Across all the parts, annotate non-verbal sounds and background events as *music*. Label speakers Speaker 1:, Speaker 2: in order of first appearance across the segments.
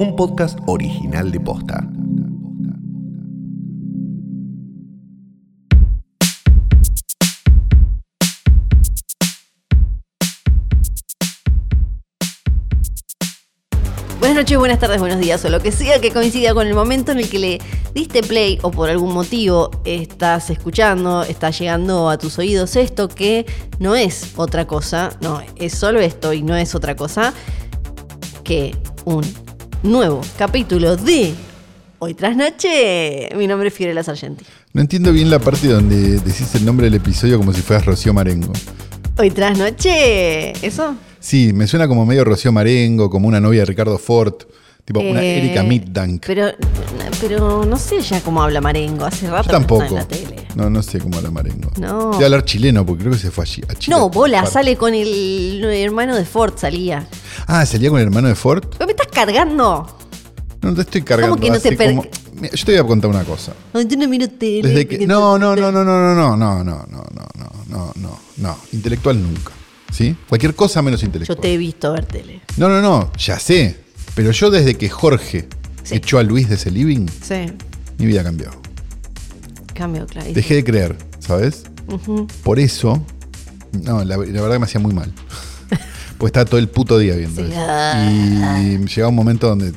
Speaker 1: un podcast original de Posta.
Speaker 2: Buenas noches, buenas tardes, buenos días o lo que sea que coincida con el momento en el que le diste play o por algún motivo estás escuchando, está llegando a tus oídos esto que no es otra cosa, no, es solo esto y no es otra cosa que un nuevo capítulo de Hoy tras Noche. Mi nombre es Fiorella Sargenti.
Speaker 3: No entiendo bien la parte donde decís el nombre del episodio como si fueras Rocío Marengo.
Speaker 2: Hoy tras Noche, ¿eso?
Speaker 3: Sí, me suena como medio Rocío Marengo, como una novia de Ricardo Ford, tipo una
Speaker 2: Eh,
Speaker 3: Erika Middank.
Speaker 2: Pero, pero no sé ya cómo habla Marengo, hace rato
Speaker 3: Yo
Speaker 2: que no está
Speaker 3: tampoco.
Speaker 2: en la tele.
Speaker 3: No, no sé cómo habla Marengo.
Speaker 2: No.
Speaker 3: Debe hablar chileno porque creo que se fue allí. A Chile.
Speaker 2: No, bola,
Speaker 3: Par-
Speaker 2: sale con el hermano de Ford, salía.
Speaker 3: Ah, salía con el hermano de Ford.
Speaker 2: ¿Pero me estás cargando?
Speaker 3: No te estoy cargando.
Speaker 2: que no te
Speaker 3: hace
Speaker 2: per-
Speaker 3: como- Mira, Yo te voy a contar una cosa.
Speaker 2: No, yo no miro tele.
Speaker 3: Desde que... No, no, no, no, no, no, no, no, no, no, no, no, no, no, no. Intelectual nunca. ¿Sí? Cualquier cosa menos
Speaker 2: Yo
Speaker 3: intelectual.
Speaker 2: te he visto ver tele.
Speaker 3: No, no, no, ya sé. Pero yo desde que Jorge
Speaker 2: Sí.
Speaker 3: echó a Luis de ese living,
Speaker 2: Sí,
Speaker 3: mi vida cambió.
Speaker 2: cambio, claro.
Speaker 3: Dejé de creer, ¿sabes? Por eso, no, la, la verdad que me hacía
Speaker 2: *laughs*
Speaker 3: muy mal. Pues estaba todo el puto día viendo
Speaker 2: Sí. Ah.
Speaker 3: eso. Y llegaba un momento donde, eh,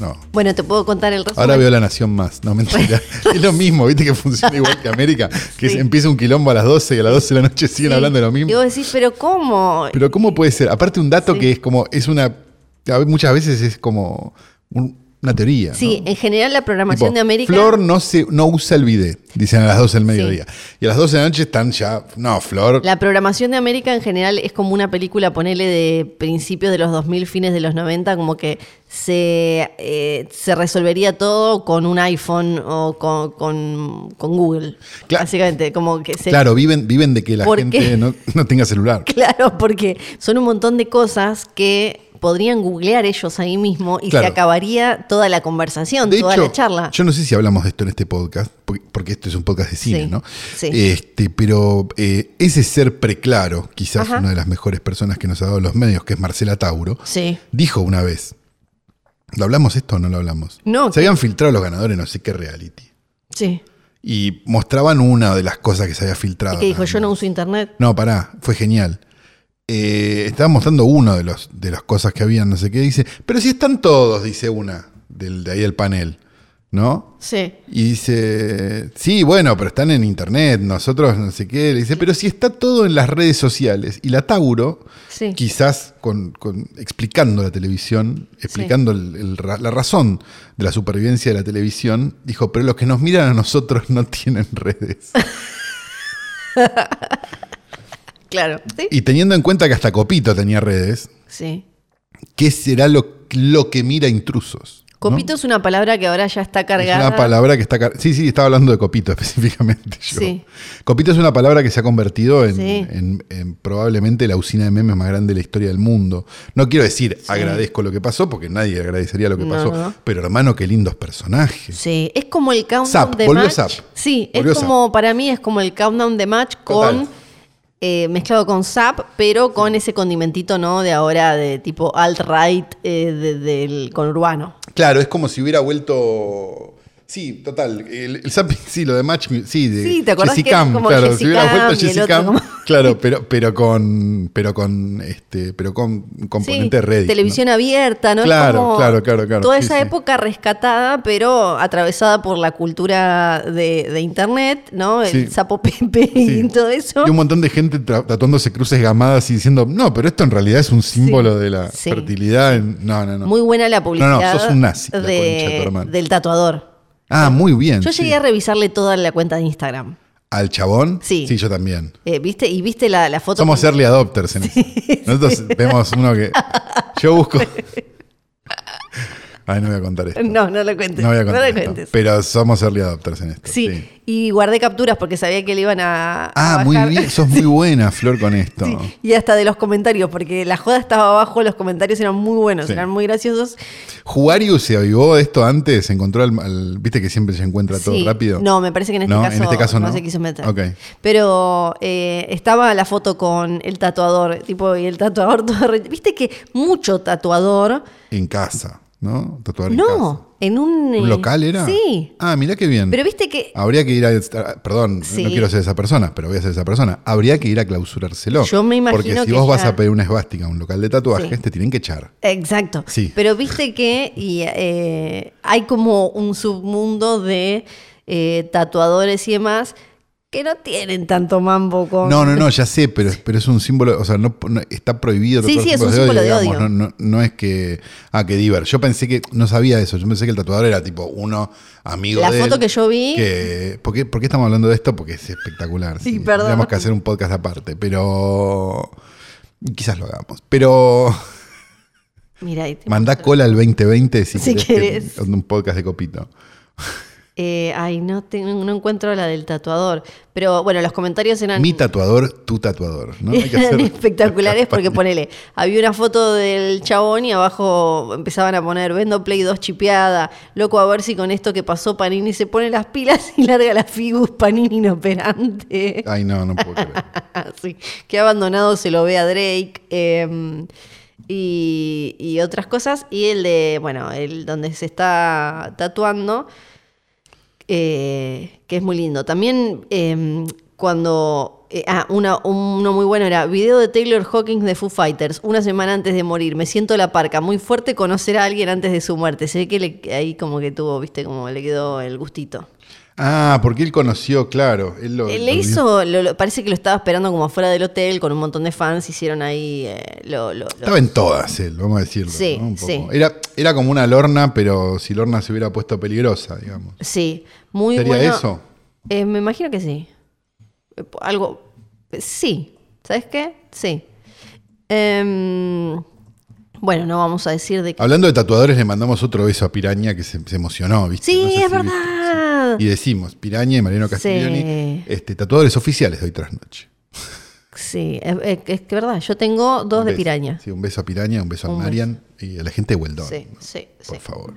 Speaker 3: no.
Speaker 2: Bueno, te puedo contar el resumen.
Speaker 3: Ahora veo La Nación Más, no
Speaker 2: *laughs*
Speaker 3: mentira. es lo mismo, viste que funciona igual que América, que
Speaker 2: Sí.
Speaker 3: se empieza un quilombo a las 12 y a las 12 de la noche siguen hablando de lo mismo.
Speaker 2: Y vos decís, ¿pero cómo?
Speaker 3: Pero ¿cómo puede ser? Aparte un dato
Speaker 2: Sí.
Speaker 3: que es como, es una, a ver, muchas veces es como un- una teoría. ¿no?
Speaker 2: sí, en general la programación
Speaker 3: Tipo,
Speaker 2: de América...
Speaker 3: Flor no, se, no usa el bidet, dicen a las 12 del mediodía. Y a las 12 de la noche están ya, no, Flor,
Speaker 2: La programación de América en general es como una película, ponele, de principios de los 2000, fines de los 90, como que se, eh, se resolvería todo con un iPhone o con, con- con Google.
Speaker 3: Cla-
Speaker 2: Básicamente, como que se...
Speaker 3: claro, viven, viven de que la
Speaker 2: ¿Por qué?
Speaker 3: gente no, no tenga celular.
Speaker 2: *laughs* Claro, porque son un montón de cosas que podrían googlear ellos ahí mismo y
Speaker 3: Claro.
Speaker 2: se acabaría toda la conversación,
Speaker 3: De
Speaker 2: toda
Speaker 3: hecho,
Speaker 2: la charla.
Speaker 3: yo no sé si hablamos de esto en este podcast, porque, porque esto es un podcast de cine,
Speaker 2: Sí,
Speaker 3: ¿no?
Speaker 2: sí.
Speaker 3: Este, pero eh, ese ser preclaro, quizás
Speaker 2: Ajá.
Speaker 3: una de las mejores personas que nos ha dado los medios, que es Marcela Tauro,
Speaker 2: Sí.
Speaker 3: dijo una vez, ¿lo hablamos esto o no lo hablamos?
Speaker 2: No,
Speaker 3: Se
Speaker 2: ¿qué?
Speaker 3: habían filtrado los ganadores, no sé qué reality.
Speaker 2: Sí.
Speaker 3: Y mostraban una de las cosas que se había
Speaker 2: Y
Speaker 3: filtrado.
Speaker 2: que dijo,
Speaker 3: nada
Speaker 2: yo no
Speaker 3: más.
Speaker 2: uso internet.
Speaker 3: Ah, No, pará, fue genial. Eh, estaba mostrando uno de, los, de las cosas que habían, no sé qué, dice, pero si están todos, dice una, del, de ahí del panel, ¿no?
Speaker 2: Sí.
Speaker 3: Y dice, sí, bueno, pero están en internet, nosotros no sé qué, le dice, pero si está todo en las redes sociales. Y la Tauro,
Speaker 2: Sí.
Speaker 3: quizás con, con- explicando la televisión, explicando el- el ra- la razón de la supervivencia de la televisión, dijo, pero los que nos miran a nosotros no *laughs* tienen redes.
Speaker 2: Claro. Sí.
Speaker 3: Y teniendo en cuenta que hasta Copito tenía redes,
Speaker 2: Sí.
Speaker 3: ¿qué será lo, lo que mira intrusos? ¿no?
Speaker 2: Copito es una palabra que ahora ya está
Speaker 3: Es
Speaker 2: cargada.
Speaker 3: una palabra que está... car- Sí, sí, estaba hablando de copito *laughs* específicamente. yo.
Speaker 2: Sí.
Speaker 3: Copito es una palabra que se ha convertido en,
Speaker 2: Sí.
Speaker 3: en- en probablemente la usina de memes más grande de la historia del mundo. No quiero decir agradezco lo que pasó, porque nadie agradecería lo que
Speaker 2: No,
Speaker 3: pasó,
Speaker 2: no.
Speaker 3: pero hermano, qué lindos personajes.
Speaker 2: Sí, es como el countdown
Speaker 3: Zap,
Speaker 2: de
Speaker 3: volvió
Speaker 2: match.
Speaker 3: Zap.
Speaker 2: Sí,
Speaker 3: Volvió
Speaker 2: es como para mí es como el countdown de match con
Speaker 3: Total.
Speaker 2: eh, mezclado con Zap, pero con ese condimentito no de ahora de tipo alt right del conurbano.
Speaker 3: Claro, es como si hubiera vuelto... Sí, total. El, el zapping, sí, lo de Match, sí, de
Speaker 2: Sí, ¿te acordás que
Speaker 3: Jessicam,
Speaker 2: era como
Speaker 3: claro, si
Speaker 2: Jessicam
Speaker 3: hubiera
Speaker 2: y
Speaker 3: vuelto
Speaker 2: el
Speaker 3: Jessicam,
Speaker 2: otro como-
Speaker 3: *laughs* claro, pero, pero con, pero con, este, pero con componente
Speaker 2: Sí,
Speaker 3: Reddit. ¿no?
Speaker 2: televisión abierta, ¿no? Es
Speaker 3: Claro,
Speaker 2: como
Speaker 3: claro, claro, claro,
Speaker 2: Toda
Speaker 3: sí,
Speaker 2: esa
Speaker 3: sí.
Speaker 2: época rescatada, pero atravesada por la cultura de, de internet, ¿no? El
Speaker 3: Sí.
Speaker 2: sapo Pepe
Speaker 3: Sí.
Speaker 2: y todo eso.
Speaker 3: Y un montón de gente tra- tatuándose cruces gamadas y diciendo, no, pero esto en realidad es un símbolo de la
Speaker 2: sí,
Speaker 3: fertilidad. en- No, no, no.
Speaker 2: Muy buena la publicidad
Speaker 3: No, no, sos un nazi, la concha de tu
Speaker 2: de,
Speaker 3: hermana.
Speaker 2: del tatuador.
Speaker 3: ah, muy bien.
Speaker 2: Yo llegué
Speaker 3: sí.
Speaker 2: a revisarle toda la cuenta de Instagram.
Speaker 3: ¿Al chabón?
Speaker 2: Sí.
Speaker 3: yo también.
Speaker 2: Eh, ¿Viste? Y viste la, la foto.
Speaker 3: Somos early adopters en eso. Nosotros vemos uno que. Yo busco. Ay, no voy a contar esto.
Speaker 2: *laughs* No, no lo cuentes.
Speaker 3: No voy a contar
Speaker 2: lo
Speaker 3: esto.
Speaker 2: cuentes.
Speaker 3: Pero somos early adopters en esto.
Speaker 2: Sí.
Speaker 3: Sí.
Speaker 2: Y guardé capturas porque sabía que le iban a. a
Speaker 3: Ah, muy
Speaker 2: bajar.
Speaker 3: bien. Sos muy buena, Flor, con esto.
Speaker 2: Sí, *laughs* Y hasta de los comentarios, porque la joda estaba abajo, los comentarios eran muy buenos,
Speaker 3: Sí.
Speaker 2: eran muy graciosos.
Speaker 3: ¿Jugario se avivó de esto antes? ¿Se encontró al, al- Viste que siempre se encuentra todo
Speaker 2: Sí.
Speaker 3: rápido?
Speaker 2: No, me parece que en este,
Speaker 3: No,
Speaker 2: caso,
Speaker 3: en este caso
Speaker 2: no.
Speaker 3: no.
Speaker 2: se quiso meter.
Speaker 3: Ok.
Speaker 2: Pero eh, estaba la foto con el tatuador, tipo, y el tatuador todo re- Viste que mucho tatuador
Speaker 3: En casa. ¿no? Tatuar en casa.
Speaker 2: No, en un... eh,
Speaker 3: ¿Un local era?
Speaker 2: Sí.
Speaker 3: Ah, mirá qué bien.
Speaker 2: Pero viste que
Speaker 3: Habría que ir a. Perdón,
Speaker 2: Sí.
Speaker 3: no quiero ser esa persona, pero voy a ser esa persona. Habría que ir a clausurárselo.
Speaker 2: Yo me imagino
Speaker 3: Porque si
Speaker 2: que
Speaker 3: vos
Speaker 2: ya-
Speaker 3: vas a pedir una esvástica a un local de tatuajes,
Speaker 2: Sí.
Speaker 3: te tienen que echar.
Speaker 2: Exacto.
Speaker 3: Sí.
Speaker 2: Pero viste que y, eh, hay como un submundo de eh, tatuadores y demás que no tienen tanto mambo con.
Speaker 3: No, no, no, ya sé, pero, pero es un símbolo, o sea, no, no- está prohibido.
Speaker 2: Sí,
Speaker 3: tatuar
Speaker 2: sí, es un
Speaker 3: símbolos
Speaker 2: símbolo de
Speaker 3: digamos,
Speaker 2: odio.
Speaker 3: No, no- no es que. Ah, que diver. Yo pensé que. No sabía eso. Yo pensé que el tatuador era tipo uno amigo
Speaker 2: La
Speaker 3: de.
Speaker 2: foto
Speaker 3: él,
Speaker 2: que yo vi-
Speaker 3: que- ¿por, qué, por qué estamos hablando de esto? Porque es espectacular.
Speaker 2: Sí, perdón.
Speaker 3: Tenemos que hacer un podcast aparte, pero. Quizás lo hagamos. Pero.
Speaker 2: Mira, ahí te-
Speaker 3: Mandá cola al 2020 si,
Speaker 2: Si
Speaker 3: querés. que-
Speaker 2: querés.
Speaker 3: un podcast de copito.
Speaker 2: eh, ay, no, tengo- no encuentro la del tatuador. Pero bueno, los comentarios eran.
Speaker 3: Mi tatuador, tu tatuador. ¿no?
Speaker 2: *laughs*
Speaker 3: Hay que
Speaker 2: eran
Speaker 3: hacer-
Speaker 2: espectaculares porque ponele, había una foto del chabón y abajo empezaban a poner vendo Play 2 chipeada, loco a ver si con esto que pasó Panini se pone las pilas y larga las figus Panini inoperante.
Speaker 3: *laughs* Ay, no, no puedo creer.
Speaker 2: *laughs* sí, que abandonado se lo ve a Drake eh, y, y otras cosas. Y el de, bueno, el donde se está tatuando, eh, que es muy lindo. También eh, cuando... eh, ah, una- uno muy bueno era video de Taylor Hawkins de Foo Fighters, una semana antes de morir. Me siento la parca, muy fuerte conocer a alguien antes de su muerte. Se ve que le- ahí como que tuvo, viste, como le quedó el gustito.
Speaker 3: Ah, porque él conoció, claro. Él lo,
Speaker 2: Eh,
Speaker 3: lo
Speaker 2: Le
Speaker 3: vio.
Speaker 2: hizo, lo- lo- parece que lo estaba esperando como afuera del hotel con un montón de fans, hicieron ahí eh, lo, lo- lo-
Speaker 3: Estaba en todas él, vamos a decirlo.
Speaker 2: Sí,
Speaker 3: ¿no? Un poco.
Speaker 2: sí.
Speaker 3: Era, era como una lorna, pero si lorna se hubiera puesto peligrosa, digamos.
Speaker 2: Sí, muy
Speaker 3: ¿Sería
Speaker 2: bueno.
Speaker 3: eso?
Speaker 2: Eh, me imagino que sí. Eh, po- Algo, eh, sí, ¿sabes qué? Sí. Em, bueno, no vamos a decir de qué.
Speaker 3: Hablando de tatuadores, le mandamos otro beso a Piraña que se, se emocionó, ¿viste?
Speaker 2: Sí,
Speaker 3: No sé si
Speaker 2: es
Speaker 3: viste.
Speaker 2: verdad.
Speaker 3: Y decimos, Piraña y Mariano Castiglioni,
Speaker 2: Sí.
Speaker 3: este, tatuadores oficiales de hoy tras noche.
Speaker 2: Sí, es, es que es que verdad, yo tengo dos
Speaker 3: Un
Speaker 2: de
Speaker 3: beso.
Speaker 2: piraña.
Speaker 3: Sí, un beso a Piraña, un beso a
Speaker 2: Un
Speaker 3: Marian y a la gente de Weldon.
Speaker 2: Sí, sí,
Speaker 3: Por
Speaker 2: sí.
Speaker 3: favor.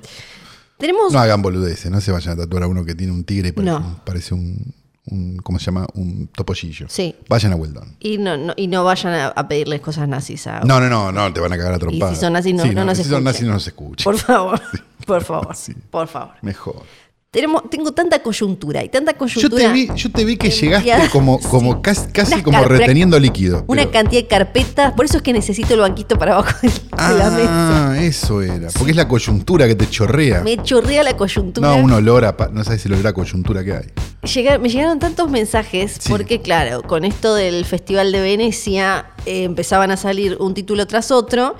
Speaker 2: Tenemos
Speaker 3: No hagan boludeces, no se vayan a tatuar a uno que tiene un tigre y parece,
Speaker 2: No.
Speaker 3: un- parece un, un- ¿Cómo se llama? Un topollillo.
Speaker 2: Sí.
Speaker 3: Vayan a Weldon.
Speaker 2: y no, no- y no vayan a, a pedirles cosas nazis a
Speaker 3: No, no, no, no, te van a cagar a
Speaker 2: Ah,
Speaker 3: trompadas.
Speaker 2: Y si son nazis, no,
Speaker 3: Sí,
Speaker 2: no nos
Speaker 3: Si son
Speaker 2: escuchen.
Speaker 3: nazis, no nos escuchen.
Speaker 2: Por
Speaker 3: *laughs*
Speaker 2: favor, por favor, por favor.
Speaker 3: Mejor.
Speaker 2: Tenemos, tengo tanta coyuntura y tanta
Speaker 3: Yo
Speaker 2: coyuntura.
Speaker 3: te, vi, yo te vi que
Speaker 2: Enviada.
Speaker 3: llegaste como, como casi, casi
Speaker 2: Una
Speaker 3: como
Speaker 2: carpra-
Speaker 3: reteniendo líquido.
Speaker 2: Una
Speaker 3: pero-
Speaker 2: cantidad de carpetas, por eso es que necesito el banquito para abajo de de la mesa.
Speaker 3: Ah, eso era. Porque es la coyuntura que te chorrea.
Speaker 2: Me chorrea la coyuntura.
Speaker 3: No, un olor a... pa- No sabes el olor a coyuntura que hay.
Speaker 2: Llega- me llegaron tantos mensajes
Speaker 3: Sí.
Speaker 2: porque, claro, con esto del Festival de Venecia eh, empezaban a salir un título tras otro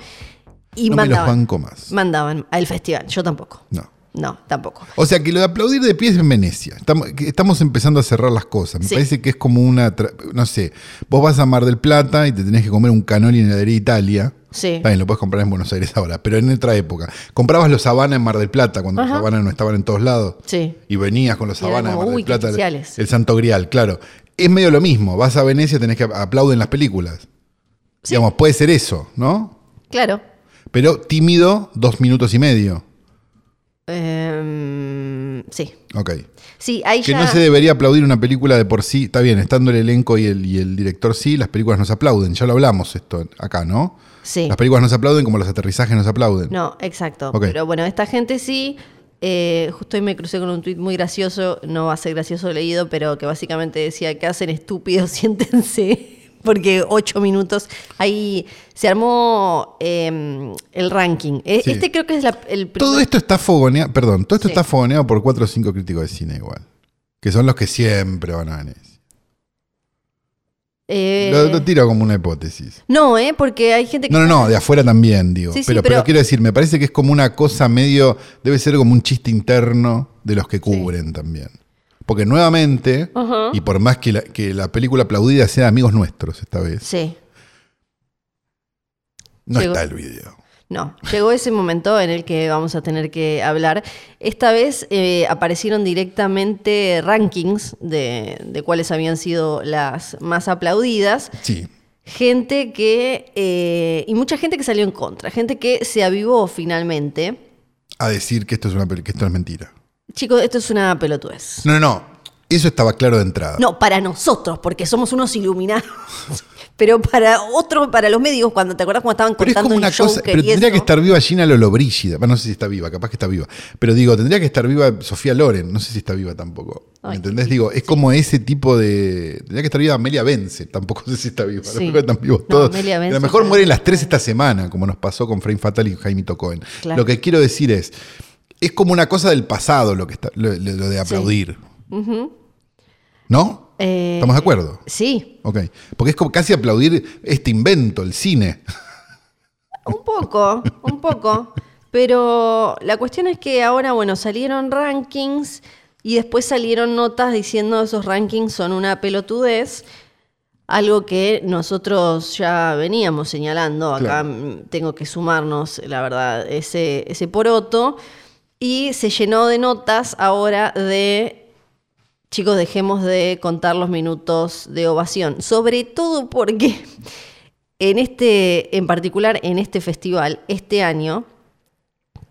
Speaker 2: y
Speaker 3: no me los
Speaker 2: mandaban.
Speaker 3: banco más.
Speaker 2: Mandaban al festival. Yo tampoco.
Speaker 3: No.
Speaker 2: No, tampoco.
Speaker 3: O sea, que lo de aplaudir de pie es en Venecia. Estamos, que estamos empezando a cerrar las cosas. Me
Speaker 2: Sí.
Speaker 3: parece que es como una. tra- No sé, vos vas a Mar del Plata y te tenés que comer un canoli en la heladería Italia.
Speaker 2: Sí.
Speaker 3: También lo puedes comprar en Buenos Aires ahora, pero en otra época. Comprabas los Habana en Mar del Plata, cuando los
Speaker 2: Ajá.
Speaker 3: Habana no estaban en todos lados.
Speaker 2: Sí.
Speaker 3: Y venías con los
Speaker 2: Y era
Speaker 3: Habana de
Speaker 2: como,
Speaker 3: Mar
Speaker 2: uy,
Speaker 3: del
Speaker 2: qué
Speaker 3: Plata. El,
Speaker 2: especiales.
Speaker 3: el Santo Grial, claro. Es medio lo mismo. Vas a Venecia, tenés que aplauden las películas.
Speaker 2: Sí.
Speaker 3: Digamos, puede ser eso, ¿no?
Speaker 2: Claro.
Speaker 3: Pero tímido, dos minutos y medio.
Speaker 2: Em, sí.
Speaker 3: Ok.
Speaker 2: Sí, ahí
Speaker 3: Que
Speaker 2: ya.
Speaker 3: no se debería aplaudir una película de por sí. Está bien, estando el elenco y el, y el director sí, las películas nos aplauden. Ya lo hablamos esto acá, ¿no?
Speaker 2: Sí.
Speaker 3: Las películas nos aplauden como los aterrizajes nos aplauden.
Speaker 2: No, exacto.
Speaker 3: Ok.
Speaker 2: Pero bueno, esta gente sí. eh, justo hoy me crucé con un tuit muy gracioso, no va a ser gracioso leído, pero que básicamente decía que hacen estúpidos, *laughs* siéntense, porque ocho minutos. Ahí se armó eh, el ranking. E-
Speaker 3: Sí.
Speaker 2: Este creo que es la- el primer-
Speaker 3: Todo esto está fogoneado, perdón, todo esto
Speaker 2: Sí.
Speaker 3: está fogoneado por cuatro o cinco críticos de cine igual. Que son los que siempre van a Venecia.
Speaker 2: eh,
Speaker 3: Lo, lo tiro como una hipótesis.
Speaker 2: no, eh, porque hay gente que.
Speaker 3: No, no, no, de afuera también, digo.
Speaker 2: Sí, sí,
Speaker 3: pero, pero
Speaker 2: pero-
Speaker 3: quiero decir, me parece que es como una cosa medio. Debe ser como un chiste interno de los que cubren también. Porque nuevamente,
Speaker 2: Ajá.
Speaker 3: y por más que la, que la película aplaudida sea Amigos Nuestros esta vez,
Speaker 2: Sí,
Speaker 3: No
Speaker 2: Llegó.
Speaker 3: está el video.
Speaker 2: no. Llegó ese momento en el que vamos a tener que hablar. Esta vez eh, aparecieron directamente rankings de, de cuáles habían sido las más aplaudidas.
Speaker 3: Sí.
Speaker 2: Gente que. eh, y mucha gente que salió en contra. Gente que se avivó finalmente.
Speaker 3: A decir que esto es una pel- que esto es mentira.
Speaker 2: Chicos, esto es una pelotudez.
Speaker 3: No, no, no. Eso estaba claro de entrada.
Speaker 2: No, para nosotros, porque somos unos iluminados. *laughs* Pero para otro, para los medios, cuando te acordás cuando estaban
Speaker 3: Pero es
Speaker 2: contando
Speaker 3: como una
Speaker 2: el show
Speaker 3: cosa.
Speaker 2: que
Speaker 3: Pero
Speaker 2: vi
Speaker 3: tendría
Speaker 2: eso?
Speaker 3: que estar viva Gina Lollobrigida. Bueno, no sé si está viva, capaz que está viva. Pero digo, tendría que estar viva Sofía Loren. No sé si está viva tampoco. ¿Me
Speaker 2: Ay,
Speaker 3: entendés? Digo, es como ese tipo de. Tendría que estar viva Amelia Vence. Tampoco sé si está viva. A lo
Speaker 2: Sí.
Speaker 3: mejor están vivos
Speaker 2: No,
Speaker 3: todos.
Speaker 2: Amelia
Speaker 3: a lo
Speaker 2: Bence
Speaker 3: mejor
Speaker 2: está-
Speaker 3: mueren las tres esta semana, como nos pasó con Frame Fatal y Jaimito Cohen.
Speaker 2: Claro.
Speaker 3: Lo que quiero decir es. Es como una cosa del pasado lo, que está, lo, lo- lo de aplaudir. ¿No?
Speaker 2: Eh,
Speaker 3: ¿Estamos de acuerdo?
Speaker 2: Sí,
Speaker 3: Ok. Porque es como casi aplaudir este invento, el cine.
Speaker 2: Un poco, un poco. Pero la cuestión es que ahora, bueno, salieron rankings y después salieron notas diciendo esos rankings son una pelotudez. Algo que nosotros ya veníamos señalando, acá
Speaker 3: Claro.
Speaker 2: mm, tengo que sumarnos, la verdad, ese, ese poroto. Y se llenó de notas ahora de, chicos, dejemos de contar los minutos de ovación. Sobre todo porque en este, en particular en este festival, este año,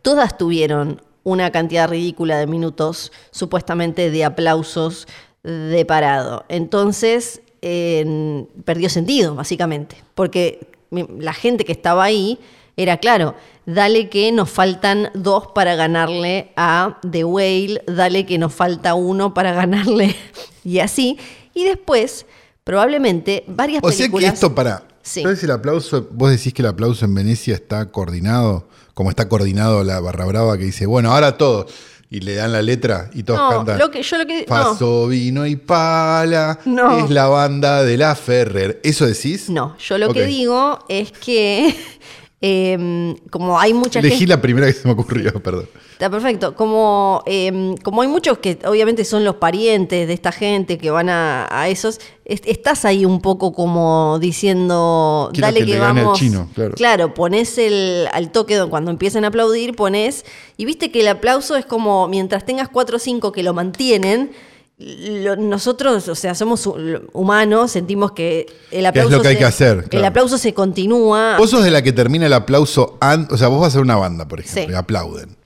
Speaker 2: todas tuvieron una cantidad ridícula de minutos, supuestamente de aplausos de parado. Entonces, en- perdió sentido, básicamente, porque mi- la gente que estaba ahí era claro, dale que nos faltan dos para ganarle a The Whale, dale que nos falta uno para ganarle *laughs* y así. Y después, probablemente, varias
Speaker 3: O sea que
Speaker 2: películas...
Speaker 3: esto para.
Speaker 2: Sí.
Speaker 3: Entonces el aplauso, vos decís que el aplauso en Venecia está coordinado, como está coordinado la barra brava que dice, bueno, ahora todos, y le dan la letra y todos
Speaker 2: No,
Speaker 3: cantan.
Speaker 2: lo que- yo lo que- no.
Speaker 3: Paso, vino y pala,
Speaker 2: No.
Speaker 3: es la banda de la Ferrer. ¿Eso decís?
Speaker 2: No, yo lo
Speaker 3: Ok.
Speaker 2: que digo es que *laughs* em, como hay mucha
Speaker 3: Elegí
Speaker 2: gente...
Speaker 3: la primera que se me ocurrió, *laughs* perdón.
Speaker 2: Está perfecto. Como, em, como hay muchos que obviamente son los parientes de esta gente que van a, a esos, es- estás ahí un poco como diciendo,
Speaker 3: Quiero
Speaker 2: dale
Speaker 3: que
Speaker 2: que,
Speaker 3: le gane al
Speaker 2: vamos...
Speaker 3: chino, claro.
Speaker 2: pones el, al toque do- cuando empiezan a aplaudir, pones... Y viste que el aplauso es como, mientras tengas cuatro o cinco que lo mantienen... lo- nosotros, o sea, somos hu- humanos, sentimos que el
Speaker 3: Que es
Speaker 2: aplauso
Speaker 3: lo que hay
Speaker 2: se-
Speaker 3: que hacer,
Speaker 2: El
Speaker 3: claro.
Speaker 2: aplauso se continúa.
Speaker 3: Vos sos de la que termina el aplauso antes. O sea, vos vas a hacer una banda, por ejemplo,
Speaker 2: Sí.
Speaker 3: y aplauden.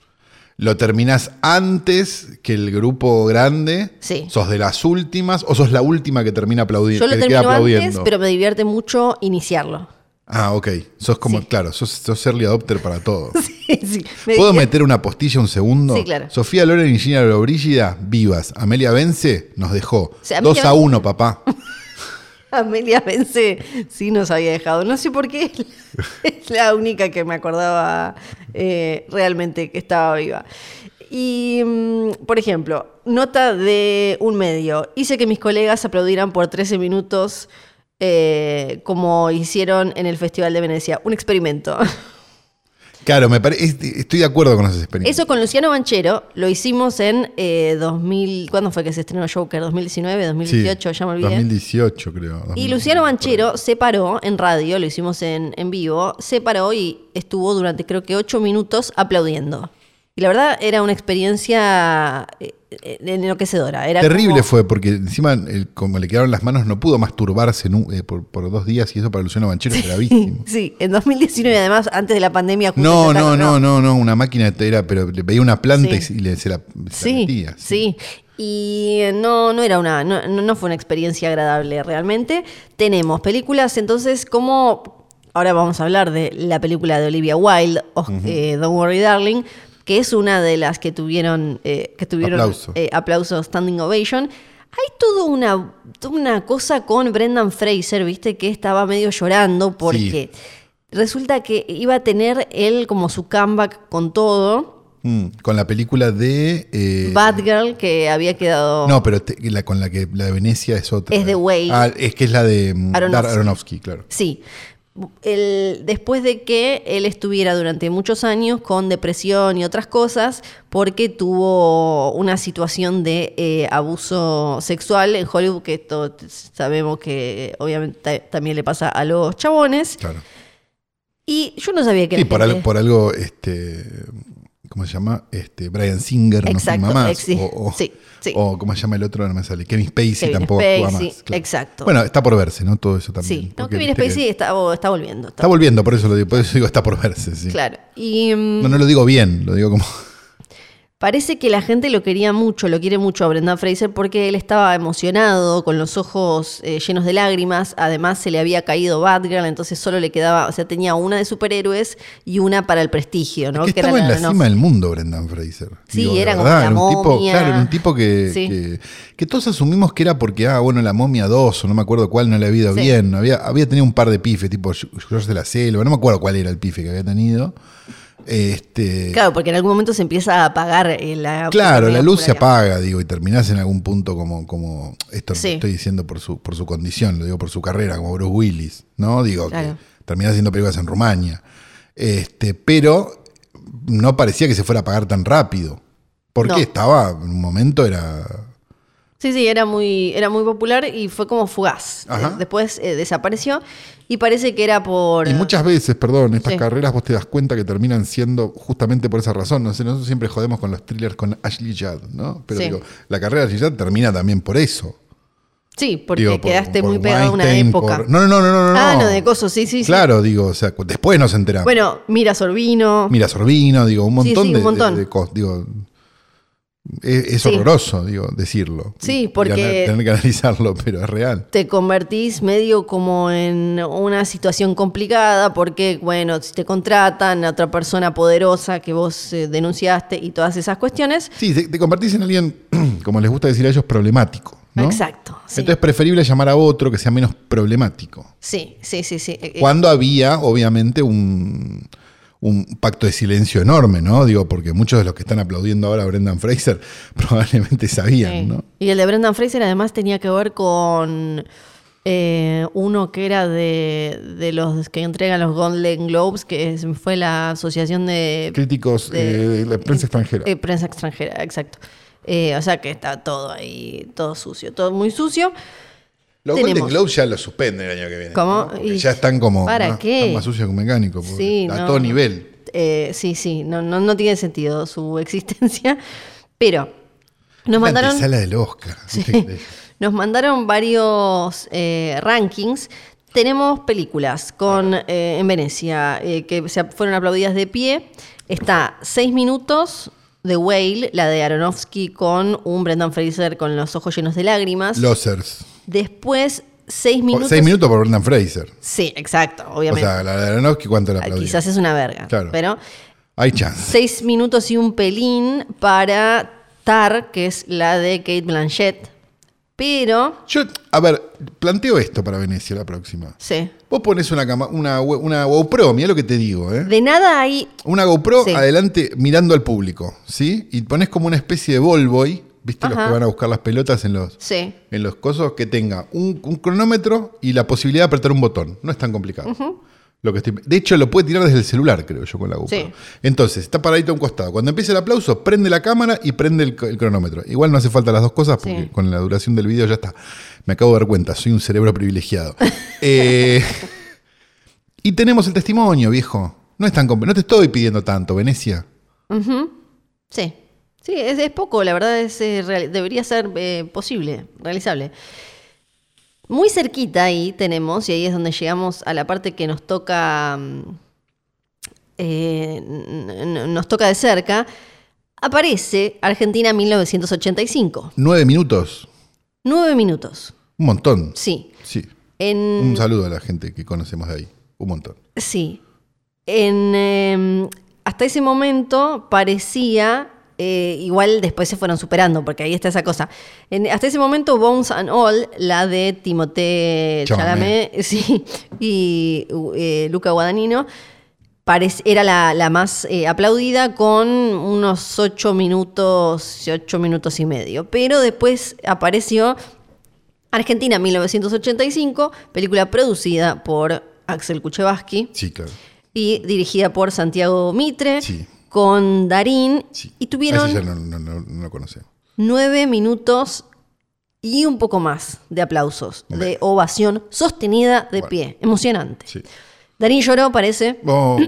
Speaker 3: Lo terminás antes que el grupo grande.
Speaker 2: Sí.
Speaker 3: ¿Sos de las últimas o sos la última que termina aplaudir,
Speaker 2: Yo lo
Speaker 3: que queda
Speaker 2: termino
Speaker 3: aplaudiendo?
Speaker 2: antes, pero me divierte mucho iniciarlo.
Speaker 3: Ah, ok. Sos como,
Speaker 2: Sí.
Speaker 3: claro, sos, sos early adopter para todo.
Speaker 2: *laughs* Sí, sí. Me
Speaker 3: ¿Puedo
Speaker 2: divierte-
Speaker 3: meter una postilla un segundo?
Speaker 2: Sí, claro.
Speaker 3: Sofía Loren y Gina Lobrígida, vivas. Amelia Vence nos dejó.
Speaker 2: sea, Amelia
Speaker 3: 2 a
Speaker 2: Bence-
Speaker 3: 1, papá.
Speaker 2: *laughs* Amelia Vence sí nos había dejado. No sé por qué es la- *laughs* es la única que me acordaba eh, realmente que estaba viva. Y, mm, por ejemplo, nota de un medio. Hice que mis colegas aplaudieran por 13 minutos eh, como hicieron en el Festival de Venecia. Un experimento. *laughs*
Speaker 3: Claro, me pare- es- estoy de acuerdo con esas experiencias.
Speaker 2: Eso con Luciano Banchero lo hicimos en eh, 2000. ¿Cuándo fue que se estrenó Joker? ¿2019? ¿2018? ya me olvidé.
Speaker 3: 2018, creo.
Speaker 2: Y
Speaker 3: 2000.
Speaker 2: Luciano Banchero se paró en radio, lo hicimos en, en vivo, se paró y estuvo durante creo que ocho minutos aplaudiendo. Y la verdad era una experiencia eh, eh, enloquecedora. Era
Speaker 3: Terrible
Speaker 2: como-
Speaker 3: fue, porque encima, el- como le quedaron las manos, no pudo masturbarse nu- eh, por, por dos días y eso para Luciano Banchero
Speaker 2: *laughs*
Speaker 3: es gravísimo.
Speaker 2: *laughs* Sí, en 2019 además, antes de la pandemia. justo
Speaker 3: No,
Speaker 2: se
Speaker 3: no,
Speaker 2: ataron,
Speaker 3: no, no, no, una máquina te era, pero le veía una planta y
Speaker 2: Sí.
Speaker 3: se- y le, se la, se la
Speaker 2: Sí,
Speaker 3: metía,
Speaker 2: sí. Y eh, no, no era una, no, no- no fue una experiencia agradable realmente. Tenemos películas, entonces, como ahora vamos a hablar de la película de Olivia Wilde, Os- eh, Don't Worry Darling, que es una de las que tuvieron, eh, que tuvieron
Speaker 3: Aplauso.
Speaker 2: eh, aplauso, standing ovation. Hay toda una, toda una cosa con Brendan Fraser, viste, que estaba medio llorando porque resulta que iba a tener él como su comeback con todo.
Speaker 3: Mm, con la película de. eh,
Speaker 2: Bad Girl que había quedado.
Speaker 3: No, pero te- la, con la que la de Venecia es otra.
Speaker 2: Es de Whale.
Speaker 3: Ah, es que es la de mm, Dar-
Speaker 2: Aronofsky.
Speaker 3: Aronofsky. claro.
Speaker 2: Sí. El- después de que él estuviera durante muchos años con depresión y otras cosas, porque tuvo una situación de eh, abuso sexual en Hollywood, que esto t- sabemos que eh, obviamente ta- también le pasa a los chabones.
Speaker 3: claro.
Speaker 2: Y yo no sabía que.
Speaker 3: Y
Speaker 2: la
Speaker 3: por,
Speaker 2: gente-
Speaker 3: al- por algo, este. ¿Cómo se llama? Este, Brian Singer
Speaker 2: Exacto,
Speaker 3: no firma más.
Speaker 2: ex- sí,
Speaker 3: o, o-
Speaker 2: sí, sí.
Speaker 3: o, ¿cómo se llama el otro? No me sale. Kevin Spacey
Speaker 2: Kevin
Speaker 3: tampoco actúa
Speaker 2: Spacey,
Speaker 3: más. claro.
Speaker 2: exacto.
Speaker 3: Bueno, está por verse, ¿no? Todo eso también.
Speaker 2: Sí, no,
Speaker 3: porque
Speaker 2: que viene
Speaker 3: viste que-
Speaker 2: Spacey está, está volviendo. está-
Speaker 3: Está volviendo, por eso lo digo, por eso digo está por verse, sí.
Speaker 2: claro. Y. mm,
Speaker 3: No, no lo digo bien, lo digo como.
Speaker 2: Parece que la gente lo quería mucho, lo quiere mucho a Brendan Fraser porque él estaba emocionado, con los ojos eh, llenos de lágrimas. Además, se le había caído Batgirl, entonces solo le quedaba, o sea, tenía una de superhéroes y una para el prestigio, ¿no?
Speaker 3: Es *laughs* que
Speaker 2: era
Speaker 3: estaba en la
Speaker 2: no,
Speaker 3: cima del mundo Brendan Fraser.
Speaker 2: Sí,
Speaker 3: de
Speaker 2: era como la
Speaker 3: era un tipo,
Speaker 2: momia.
Speaker 3: Claro, era un tipo que,
Speaker 2: Sí.
Speaker 3: que, que todos asumimos que era porque, ah, bueno, la momia 2, o no me acuerdo cuál, no le había ido
Speaker 2: Sí.
Speaker 3: bien. no Había, había tenido un par de pifes, tipo George de la Selva, no me acuerdo cuál era el pife que había tenido. Este,
Speaker 2: Claro, porque en algún momento se empieza a apagar eh, la.
Speaker 3: Claro, la luz se
Speaker 2: oscuridad.
Speaker 3: apaga, digo, y terminás en algún punto como, como esto lo
Speaker 2: Sí.
Speaker 3: estoy diciendo por su, por su condición, lo digo por su carrera, como Bruce Willis, ¿no? Digo,
Speaker 2: Claro.
Speaker 3: que terminás haciendo películas en Rumania. Este, pero no parecía que se fuera a apagar tan rápido. Porque
Speaker 2: No.
Speaker 3: estaba, en un momento era.
Speaker 2: Sí, sí, era muy, era muy popular y fue como fugaz.
Speaker 3: Ajá.
Speaker 2: Eh, Después eh, desapareció y parece que era por.
Speaker 3: Y muchas veces, perdón, estas
Speaker 2: Sí.
Speaker 3: carreras vos te das cuenta que terminan siendo justamente por esa razón. No sé, nosotros siempre jodemos con los thrillers con Ashley Judd, ¿no? Pero
Speaker 2: Sí.
Speaker 3: digo, la carrera de Ashley Judd termina también por eso.
Speaker 2: Sí, porque
Speaker 3: Digo, por-
Speaker 2: quedaste
Speaker 3: por
Speaker 2: muy pegado a una
Speaker 3: Weinstein,
Speaker 2: época.
Speaker 3: por- No, no, no, no, no, no.
Speaker 2: Ah, no, de coso, sí, sí, sí.
Speaker 3: Claro, digo, o sea, cu- después nos enteramos.
Speaker 2: Bueno, mira Sorbino.
Speaker 3: Mira Sorbino, digo, un
Speaker 2: Sí,
Speaker 3: montón,
Speaker 2: sí,
Speaker 3: de-
Speaker 2: un montón.
Speaker 3: de, de cosas. Digo, es, es
Speaker 2: Sí.
Speaker 3: horroroso, digo, decirlo.
Speaker 2: Sí,
Speaker 3: Y
Speaker 2: porque-
Speaker 3: ana- Tener que analizarlo, *laughs* pero es real.
Speaker 2: te convertís medio como en una situación complicada porque, bueno, si te contratan a otra persona poderosa que vos eh, denunciaste y todas esas cuestiones.
Speaker 3: Sí, te, te convertís en alguien, *clears throat* como les gusta decir a ellos, problemático. ¿no?
Speaker 2: Exacto. Sí.
Speaker 3: Entonces es preferible llamar a otro que sea menos problemático.
Speaker 2: sí, sí, sí, sí. Eh, eh,
Speaker 3: Cuando había, obviamente, un, un pacto de silencio enorme, ¿no? Digo, porque muchos de los que están aplaudiendo ahora a Brendan Fraser *laughs* probablemente sabían,
Speaker 2: sí.
Speaker 3: ¿no?
Speaker 2: Y el de Brendan Fraser además tenía que ver con eh, uno que era de, de los que entregan los Golden Globes, que es- fue la asociación de
Speaker 3: Críticos eh,
Speaker 2: de-
Speaker 3: de la prensa extranjera.
Speaker 2: Eh, prensa extranjera, exacto. Eh, o sea que está todo ahí, todo sucio, todo muy sucio.
Speaker 3: Los
Speaker 2: tenemos-
Speaker 3: Golden Globes ya los suspenden el año que viene.
Speaker 2: ¿Cómo?
Speaker 3: ¿no? Porque
Speaker 2: Y-
Speaker 3: Ya están como
Speaker 2: ¿Para
Speaker 3: más,
Speaker 2: qué?
Speaker 3: están más sucios que un mecánico. porque
Speaker 2: Sí,
Speaker 3: a
Speaker 2: no.
Speaker 3: todo nivel.
Speaker 2: Eh, sí, sí, no, no, no tiene sentido su *laughs* existencia. Pero nos
Speaker 3: la
Speaker 2: mandaron.
Speaker 3: antesala del Oscar.
Speaker 2: *laughs*
Speaker 3: ¿viste?
Speaker 2: Nos mandaron varios eh, rankings. Tenemos películas con eh, en Venecia eh, que se fueron aplaudidas de pie. Está 6 minutos de Whale, la de Aronofsky con un Brendan Fraser con los ojos llenos de lágrimas.
Speaker 3: Losers.
Speaker 2: Después 6
Speaker 3: O-
Speaker 2: minutos.
Speaker 3: Oh, Seis minutos por Brendan Fraser.
Speaker 2: Sí, exacto, obviamente.
Speaker 3: O sea, la de Aronofsky, ¿cuánto la
Speaker 2: Ah,
Speaker 3: aplaudieron?
Speaker 2: Quizás es una verga.
Speaker 3: Claro.
Speaker 2: Pero
Speaker 3: Hay chance.
Speaker 2: seis minutos y un pelín para Tar, que es la de Kate Blanchett. Pero,
Speaker 3: Yo, a ver, planteo esto para Venecia la próxima.
Speaker 2: sí.
Speaker 3: Vos pones una, cama- una, we- una GoPro, mirá lo que te digo, ¿eh?
Speaker 2: De nada hay.
Speaker 3: Una GoPro
Speaker 2: Sí.
Speaker 3: adelante mirando al público, ¿sí? Y pones como una especie de ball boy, ¿viste? Los
Speaker 2: Ajá.
Speaker 3: que van a buscar las pelotas en los,
Speaker 2: Sí.
Speaker 3: en los cosos, que tenga un, un cronómetro y la posibilidad de apretar un botón. No es tan complicado. Lo que estoy- de hecho, lo puede tirar desde el celular, creo yo, con la GoPro.
Speaker 2: Sí.
Speaker 3: Entonces, está paradito a un costado. Cuando empieza el aplauso, prende la cámara y prende el, c- el cronómetro. Igual no hace falta las dos cosas porque
Speaker 2: Sí.
Speaker 3: con la duración del video ya está. Me acabo de dar cuenta, soy un cerebro
Speaker 2: *laughs*
Speaker 3: privilegiado. Eh, y tenemos el testimonio, viejo. No es tan compl- No te estoy pidiendo tanto, Venecia.
Speaker 2: Sí. Sí, es, es poco, la verdad es eh, real- debería ser eh, posible, realizable. Muy cerquita ahí tenemos, y ahí es donde llegamos a la parte que nos toca. mm, eh, n- n- nos toca de cerca. Aparece Argentina 1985.
Speaker 3: Nueve minutos.
Speaker 2: Nueve minutos.
Speaker 3: Un montón.
Speaker 2: Sí.
Speaker 3: Sí.
Speaker 2: En,
Speaker 3: Un saludo a la gente que conocemos de ahí. Un montón.
Speaker 2: Sí. En, eh, hasta ese momento parecía. eh, igual después se fueron superando, porque ahí está esa cosa. En- hasta ese momento, Bones and All, la de Timothée Chalamet, *laughs*
Speaker 3: Chalamet.
Speaker 2: sí, y eh, Luca Guadagnino, parec- era la, la más eh, aplaudida con unos 8 minutos, 8 minutos y medio. Pero después apareció Argentina 1985, película producida por Axel Kuchevaski
Speaker 3: Sí, claro.
Speaker 2: y dirigida por Santiago Mitre,
Speaker 3: Sí.
Speaker 2: con Darín,
Speaker 3: Sí.
Speaker 2: y tuvieron
Speaker 3: Ese ya no, no- no- no lo conocemos.
Speaker 2: nueve minutos y un poco más de aplausos,
Speaker 3: Ok.
Speaker 2: de ovación sostenida de *laughs*
Speaker 3: Bueno.
Speaker 2: pie, emocionante.
Speaker 3: Sí.
Speaker 2: Darín lloró, parece.
Speaker 3: Oh,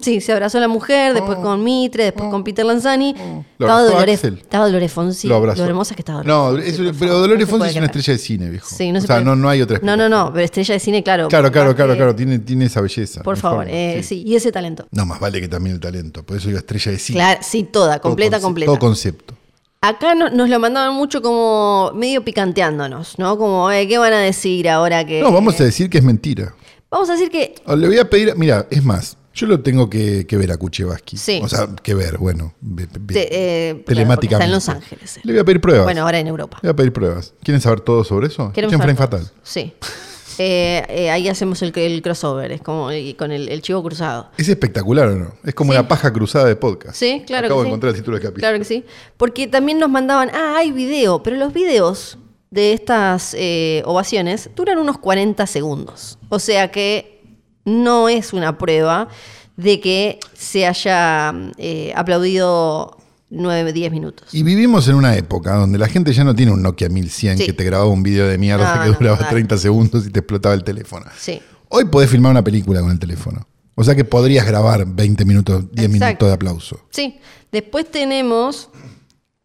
Speaker 2: Sí, se abrazó a la mujer, después
Speaker 3: Oh.
Speaker 2: con Mitre, después
Speaker 3: Oh.
Speaker 2: con Peter Lanzani.
Speaker 3: Oh. Lo
Speaker 2: Estaba
Speaker 3: abrazó
Speaker 2: Dolores,
Speaker 3: Axel.
Speaker 2: estaba Dolores Fonsi.
Speaker 3: lo abrazo.
Speaker 2: hermosa que estaba Dolores
Speaker 3: No,
Speaker 2: Fonsi,
Speaker 3: es-
Speaker 2: por favor,
Speaker 3: pero Dolores
Speaker 2: no se
Speaker 3: Fonsi
Speaker 2: puede
Speaker 3: es una
Speaker 2: creer.
Speaker 3: estrella de cine, viejo.
Speaker 2: Sí, no
Speaker 3: o
Speaker 2: se
Speaker 3: sea,
Speaker 2: puede-
Speaker 3: no, no hay otra
Speaker 2: No, no, no, pero estrella de cine, claro.
Speaker 3: Claro, claro, claro,
Speaker 2: Eh,
Speaker 3: claro. Tiene, tiene esa belleza.
Speaker 2: Por
Speaker 3: no hay
Speaker 2: favor,
Speaker 3: forma,
Speaker 2: eh,
Speaker 3: sí.
Speaker 2: sí, y ese talento.
Speaker 3: No, más vale que también el talento. Por eso digo estrella de cine.
Speaker 2: Claro, sí, toda,
Speaker 3: Todo
Speaker 2: completa,
Speaker 3: conce-
Speaker 2: completa.
Speaker 3: Todo concepto.
Speaker 2: Acá no- nos lo mandaban mucho como medio picanteándonos, ¿no? Como, eh, ¿qué van a decir ahora que...?
Speaker 3: No, vamos a decir que es mentira.
Speaker 2: Vamos a decir que...
Speaker 3: O Le voy a pedir, mira, es más, yo lo tengo que, que ver a Kuchevaski.
Speaker 2: Sí.
Speaker 3: O sea, que ver, bueno, ve- ve-
Speaker 2: Te- eh, claro, porque está
Speaker 3: telemáticamente.
Speaker 2: en Los Ángeles, eh.
Speaker 3: Le voy a pedir pruebas.
Speaker 2: Bueno, ahora en Europa.
Speaker 3: Le voy a pedir pruebas. ¿Quieren saber todo sobre eso?
Speaker 2: Queremos
Speaker 3: Escuchen Frame
Speaker 2: saber
Speaker 3: Fatal.
Speaker 2: todos. Sí. Eh, eh, ahí hacemos el, el crossover, es como eh, con el, el chivo cruzado.
Speaker 3: Es espectacular, ¿o no? Es como la paja cruzada de podcast.
Speaker 2: Sí, claro
Speaker 3: Acabo
Speaker 2: que
Speaker 3: de
Speaker 2: sí.
Speaker 3: encontrar el título del capítulo.
Speaker 2: Claro que sí. Porque también nos mandaban, ah, hay video, pero los videos de estas eh, ovaciones duran unos 40 segundos. O sea que no es una prueba de que se haya eh, aplaudido 9, 10 minutos.
Speaker 3: Y vivimos en una época donde la gente ya no tiene un Nokia 1100
Speaker 2: Sí.
Speaker 3: que te grababa un video de mierda
Speaker 2: No,
Speaker 3: que
Speaker 2: no,
Speaker 3: duraba
Speaker 2: dale.
Speaker 3: 30 segundos y te explotaba el teléfono.
Speaker 2: Sí.
Speaker 3: Hoy podés filmar una película con el teléfono. O sea que podrías grabar 20 minutos, 10
Speaker 2: Exacto.
Speaker 3: minutos de aplauso.
Speaker 2: Sí. Después tenemos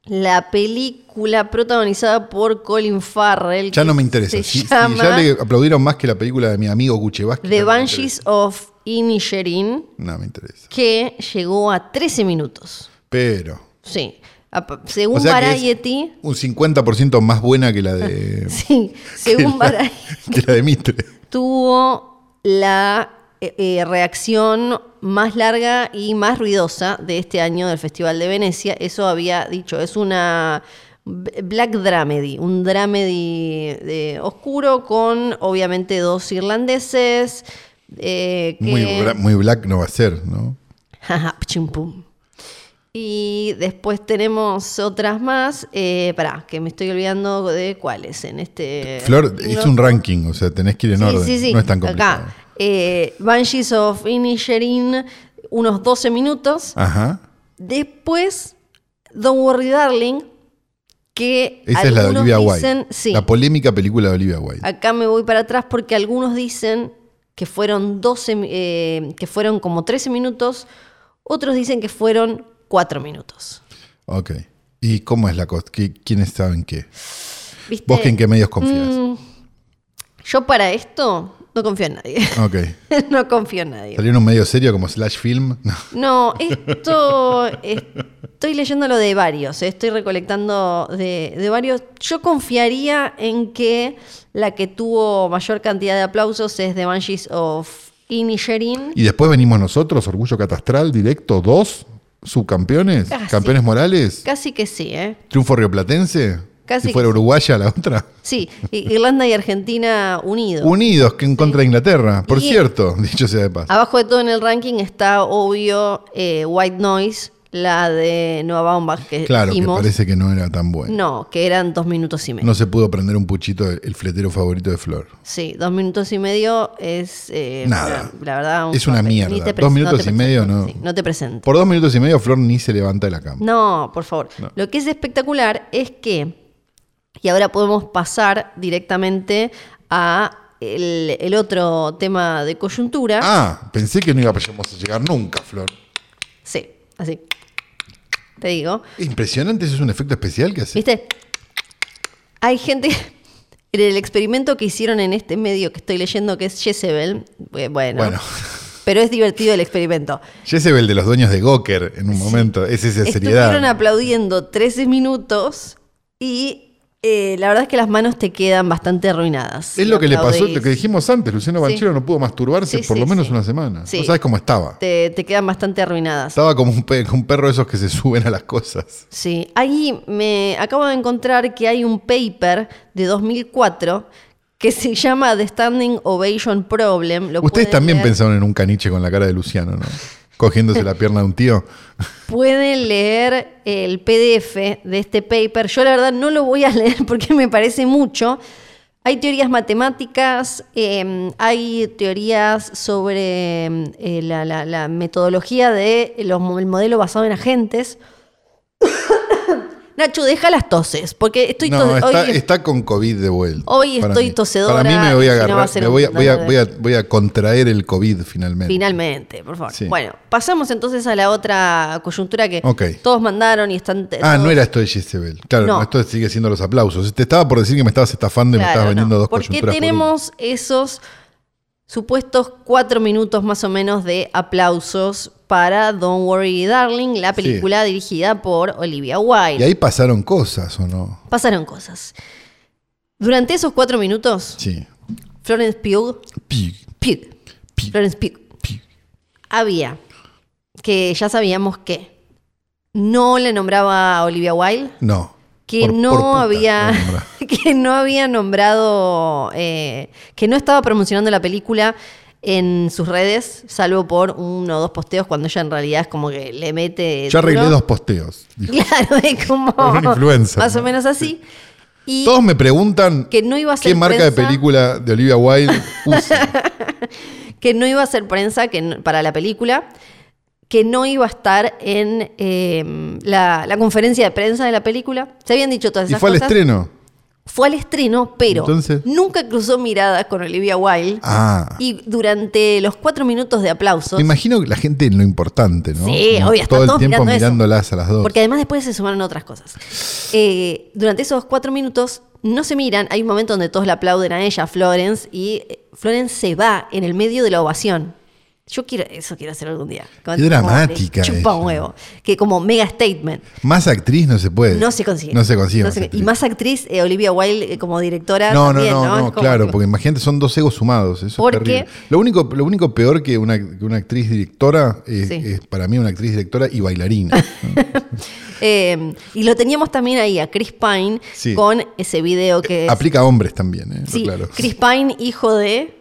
Speaker 2: la película protagonizada por Colin Farrell.
Speaker 3: Ya
Speaker 2: que
Speaker 3: no me interesa.
Speaker 2: se
Speaker 3: Si, si
Speaker 2: llama
Speaker 3: ya le aplaudieron más que la película de mi amigo Kuchevaski.
Speaker 2: The
Speaker 3: no me interesa.
Speaker 2: Banshees of Inisherin,
Speaker 3: No me interesa.
Speaker 2: que llegó a 13 minutos.
Speaker 3: Pero.
Speaker 2: Sí. Ap- Según
Speaker 3: o sea que es
Speaker 2: Variety, *laughs*
Speaker 3: Un 50% más buena que la de.
Speaker 2: sí, *laughs*
Speaker 3: que
Speaker 2: según
Speaker 3: la-
Speaker 2: Variety,
Speaker 3: que la
Speaker 2: *laughs*
Speaker 3: de Mitre.
Speaker 2: tuvo la eh, eh, reacción más larga y más ruidosa de este año del Festival de Venecia. Eso había dicho, es una b- black dramedy, un dramedy eh, oscuro con obviamente dos irlandeses. eh, que-
Speaker 3: Muy, bra- muy black no va a ser, ¿no?
Speaker 2: Jaja, pchum, *laughs* pum. Y después tenemos otras más. Eh, pará, que me estoy olvidando de cuáles en este.
Speaker 3: Flor,
Speaker 2: no-
Speaker 3: es un ranking, o sea, tenés que ir en
Speaker 2: Sí,
Speaker 3: orden.
Speaker 2: sí, sí.
Speaker 3: No es tan complicado.
Speaker 2: Acá, eh, Banshees of Inisherin, unos 12 minutos.
Speaker 3: Ajá.
Speaker 2: Después, Don't Worry Darling, que.
Speaker 3: Esa es la de
Speaker 2: algunos
Speaker 3: Olivia
Speaker 2: dicen-
Speaker 3: Wilde.
Speaker 2: Sí,
Speaker 3: La polémica película de Olivia Wilde.
Speaker 2: acá me voy para atrás porque algunos dicen que fueron 12, mi- eh, que fueron como 13 minutos. Otros dicen que fueron 4 minutos.
Speaker 3: Ok. ¿Y cómo es la cosa? ¿Qui- ¿Quiénes saben qué?
Speaker 2: ¿Viste?
Speaker 3: ¿Vos que en qué medios confías?
Speaker 2: Mm, yo para esto no confío en nadie. *laughs*
Speaker 3: Ok.
Speaker 2: no confío en nadie.
Speaker 3: ¿Salió en un medio serio como Slash Film? *laughs* No.
Speaker 2: No,
Speaker 3: *laughs*
Speaker 2: esto estoy leyendo lo de varios, eh, estoy recolectando de, de varios. Yo confiaría en que la que tuvo mayor cantidad de aplausos es The Banshees of Inisherin.
Speaker 3: Y después venimos nosotros, Orgullo Catastral, directo, dos subcampeones,
Speaker 2: Casi.
Speaker 3: campeones morales,
Speaker 2: Casi que sí, ¿eh?
Speaker 3: triunfo rioplatense,
Speaker 2: Casi
Speaker 3: si fuera
Speaker 2: que sí.
Speaker 3: uruguaya la
Speaker 2: *laughs*
Speaker 3: otra.
Speaker 2: Sí, I- Irlanda y Argentina unidos.
Speaker 3: Unidos que en contra de Inglaterra, por
Speaker 2: Y-
Speaker 3: cierto, dicho sea de paso.
Speaker 2: Abajo de todo en el ranking está, obvio, eh, White Noise, la de Nueva Baumbach que
Speaker 3: Claro, que
Speaker 2: hicimos.
Speaker 3: parece que no era tan bueno.
Speaker 2: No, que eran dos minutos y medio.
Speaker 3: No se pudo prender un puchito el el fletero favorito de Flor.
Speaker 2: Sí, dos minutos y medio es. eh,
Speaker 3: Nada.
Speaker 2: La, la verdad. un
Speaker 3: Es una
Speaker 2: papel. Ni
Speaker 3: mierda.
Speaker 2: te
Speaker 3: Dos
Speaker 2: pres- te
Speaker 3: minutos y
Speaker 2: presento,
Speaker 3: medio, no.
Speaker 2: sí, no te presento.
Speaker 3: Por dos minutos y medio Flor ni se levanta de la cama.
Speaker 2: No, por favor. Lo que es espectacular es que. Y ahora podemos pasar directamente a el, el otro tema de coyuntura.
Speaker 3: Ah, pensé que no íbamos a llegar nunca, Flor.
Speaker 2: Sí, así. Te digo.
Speaker 3: Impresionante, eso es un efecto especial que hace.
Speaker 2: ¿Viste? Hay gente. *laughs* En el experimento que hicieron en este medio que estoy leyendo, que es Jezebel, eh, bueno,
Speaker 3: Bueno.
Speaker 2: pero es divertido el experimento.
Speaker 3: Jezebel de los dueños de Goker en un momento, es *laughs* esa
Speaker 2: Estuvieron
Speaker 3: seriedad.
Speaker 2: aplaudiendo 13 minutos y eh, la verdad es que las manos te quedan bastante arruinadas.
Speaker 3: Es lo que le pasó,
Speaker 2: Aplaudís,
Speaker 3: lo que dijimos antes, Luciano
Speaker 2: Sí.
Speaker 3: Banchero no pudo masturbarse
Speaker 2: Sí,
Speaker 3: por lo
Speaker 2: sí,
Speaker 3: menos
Speaker 2: sí.
Speaker 3: una semana.
Speaker 2: Sí.
Speaker 3: No sabes cómo estaba.
Speaker 2: Te, te quedan bastante arruinadas.
Speaker 3: Estaba como un, pe- un perro de esos que se suben a las cosas.
Speaker 2: Sí, ahí me acabo de encontrar que hay un paper de 2004 que se *laughs* llama The Standing Ovation Problem. Lo
Speaker 3: Ustedes
Speaker 2: pueden
Speaker 3: también
Speaker 2: leer.
Speaker 3: pensaron en un caniche con la cara de Luciano, ¿no? Cogiéndose la pierna de un tío.
Speaker 2: Pueden leer el PDF de este paper. Yo la verdad no lo voy a *laughs* leer porque me parece mucho. Hay teorías matemáticas, eh, hay teorías sobre eh, la, la- la metodología del el modelo basado en agentes. *coughs* Nacho, deja las toses, porque estoy
Speaker 3: No,
Speaker 2: tos-
Speaker 3: está,
Speaker 2: hoy-
Speaker 3: está con COVID de vuelta.
Speaker 2: Hoy
Speaker 3: para
Speaker 2: estoy
Speaker 3: mí.
Speaker 2: tosedora
Speaker 3: Para mí me voy
Speaker 2: y
Speaker 3: a
Speaker 2: si no va a
Speaker 3: agarrar,
Speaker 2: ser
Speaker 3: me
Speaker 2: un
Speaker 3: voy a, voy a-
Speaker 2: dolor de-
Speaker 3: voy a- voy a contraer el COVID finalmente.
Speaker 2: Finalmente, por favor.
Speaker 3: Sí.
Speaker 2: Bueno, pasamos entonces a la otra coyuntura que
Speaker 3: Ok.
Speaker 2: todos mandaron y están.
Speaker 3: Ah,
Speaker 2: todos-
Speaker 3: no era esto de Jezebel. Claro,
Speaker 2: No.
Speaker 3: no, esto sigue siendo los aplausos. Te estaba por decir que me estabas estafando y me
Speaker 2: Claro,
Speaker 3: estabas vendiendo
Speaker 2: no.
Speaker 3: dos
Speaker 2: Porque
Speaker 3: coyunturas. por una.
Speaker 2: tenemos esos supuestos cuatro minutos más o menos de aplausos para Don't Worry Darling, la película dirigida por Olivia
Speaker 3: Y
Speaker 2: Wilde.
Speaker 3: ahí pasaron cosas, ¿o no?
Speaker 2: Pasaron cosas. Durante esos cuatro minutos,
Speaker 3: Sí.
Speaker 2: Florence Pugh,
Speaker 3: Pi,
Speaker 2: Pugh,
Speaker 3: pi,
Speaker 2: Florence Pugh,
Speaker 3: pi.
Speaker 2: había que ya sabíamos que no le nombraba a Olivia Wilde,
Speaker 3: No.
Speaker 2: que
Speaker 3: Por-
Speaker 2: no
Speaker 3: por puta,
Speaker 2: había
Speaker 3: no nombrá.
Speaker 2: *laughs* que no había nombrado eh, que no estaba promocionando la película en sus redes salvo por uno o dos posteos cuando ella en realidad es como que le mete
Speaker 3: Yo arreglé
Speaker 2: *laughs* duro.
Speaker 3: dos posteos. dijo.
Speaker 2: claro es como
Speaker 3: Era una influencer,
Speaker 2: más o
Speaker 3: ¿no?
Speaker 2: menos así y
Speaker 3: Todos me preguntan
Speaker 2: que no iba a ser
Speaker 3: qué marca de
Speaker 2: prensa-
Speaker 3: película de
Speaker 2: *laughs*
Speaker 3: Olivia Wilde usa.
Speaker 2: que no iba a ser prensa que no- para la película, que no iba a estar en eh, la, la conferencia de prensa de la película. Se habían dicho todas
Speaker 3: y
Speaker 2: esas
Speaker 3: fue al
Speaker 2: cosas.
Speaker 3: estreno.
Speaker 2: Fue al estreno, pero
Speaker 3: Entonces.
Speaker 2: nunca cruzó miradas con Olivia Wilde.
Speaker 3: Ah.
Speaker 2: Y durante los cuatro minutos de aplausos,
Speaker 3: Me imagino que la gente en lo importante, ¿no?
Speaker 2: Sí,
Speaker 3: Como
Speaker 2: obvio, están
Speaker 3: Todo el
Speaker 2: todos
Speaker 3: tiempo
Speaker 2: mirando eso.
Speaker 3: mirándolas a las dos.
Speaker 2: porque además después se sumaron otras cosas. Eh, durante esos cuatro minutos no se miran, hay un momento donde todos le aplauden a ella, a Florence, y eh, Florence se va en el medio de la ovación. Yo quiero, eso quiero hacer algún día. Con-
Speaker 3: Qué dramática
Speaker 2: como de Chupa un
Speaker 3: ella.
Speaker 2: huevo. Que como mega statement.
Speaker 3: Más actriz no se puede.
Speaker 2: No se consigue.
Speaker 3: No se consigue.
Speaker 2: No
Speaker 3: más
Speaker 2: se-
Speaker 3: actriz.
Speaker 2: y más actriz, eh, Olivia Wilde eh, como directora.
Speaker 3: No,
Speaker 2: también,
Speaker 3: no,
Speaker 2: no,
Speaker 3: no,
Speaker 2: Es
Speaker 3: no,
Speaker 2: como-
Speaker 3: claro, porque imagínate, son dos egos sumados, eso
Speaker 2: ¿Por
Speaker 3: es terrible.
Speaker 2: qué?
Speaker 3: Lo único, lo único peor que una, que una actriz directora es,
Speaker 2: Sí.
Speaker 3: es para mí una actriz directora y bailarina.
Speaker 2: Eh, y lo teníamos también ahí a Chris Pine
Speaker 3: Sí.
Speaker 2: con ese video que *laughs* es-
Speaker 3: Aplica a hombres también, ¿eh?
Speaker 2: Sí,
Speaker 3: claro.
Speaker 2: Chris Pine, hijo de.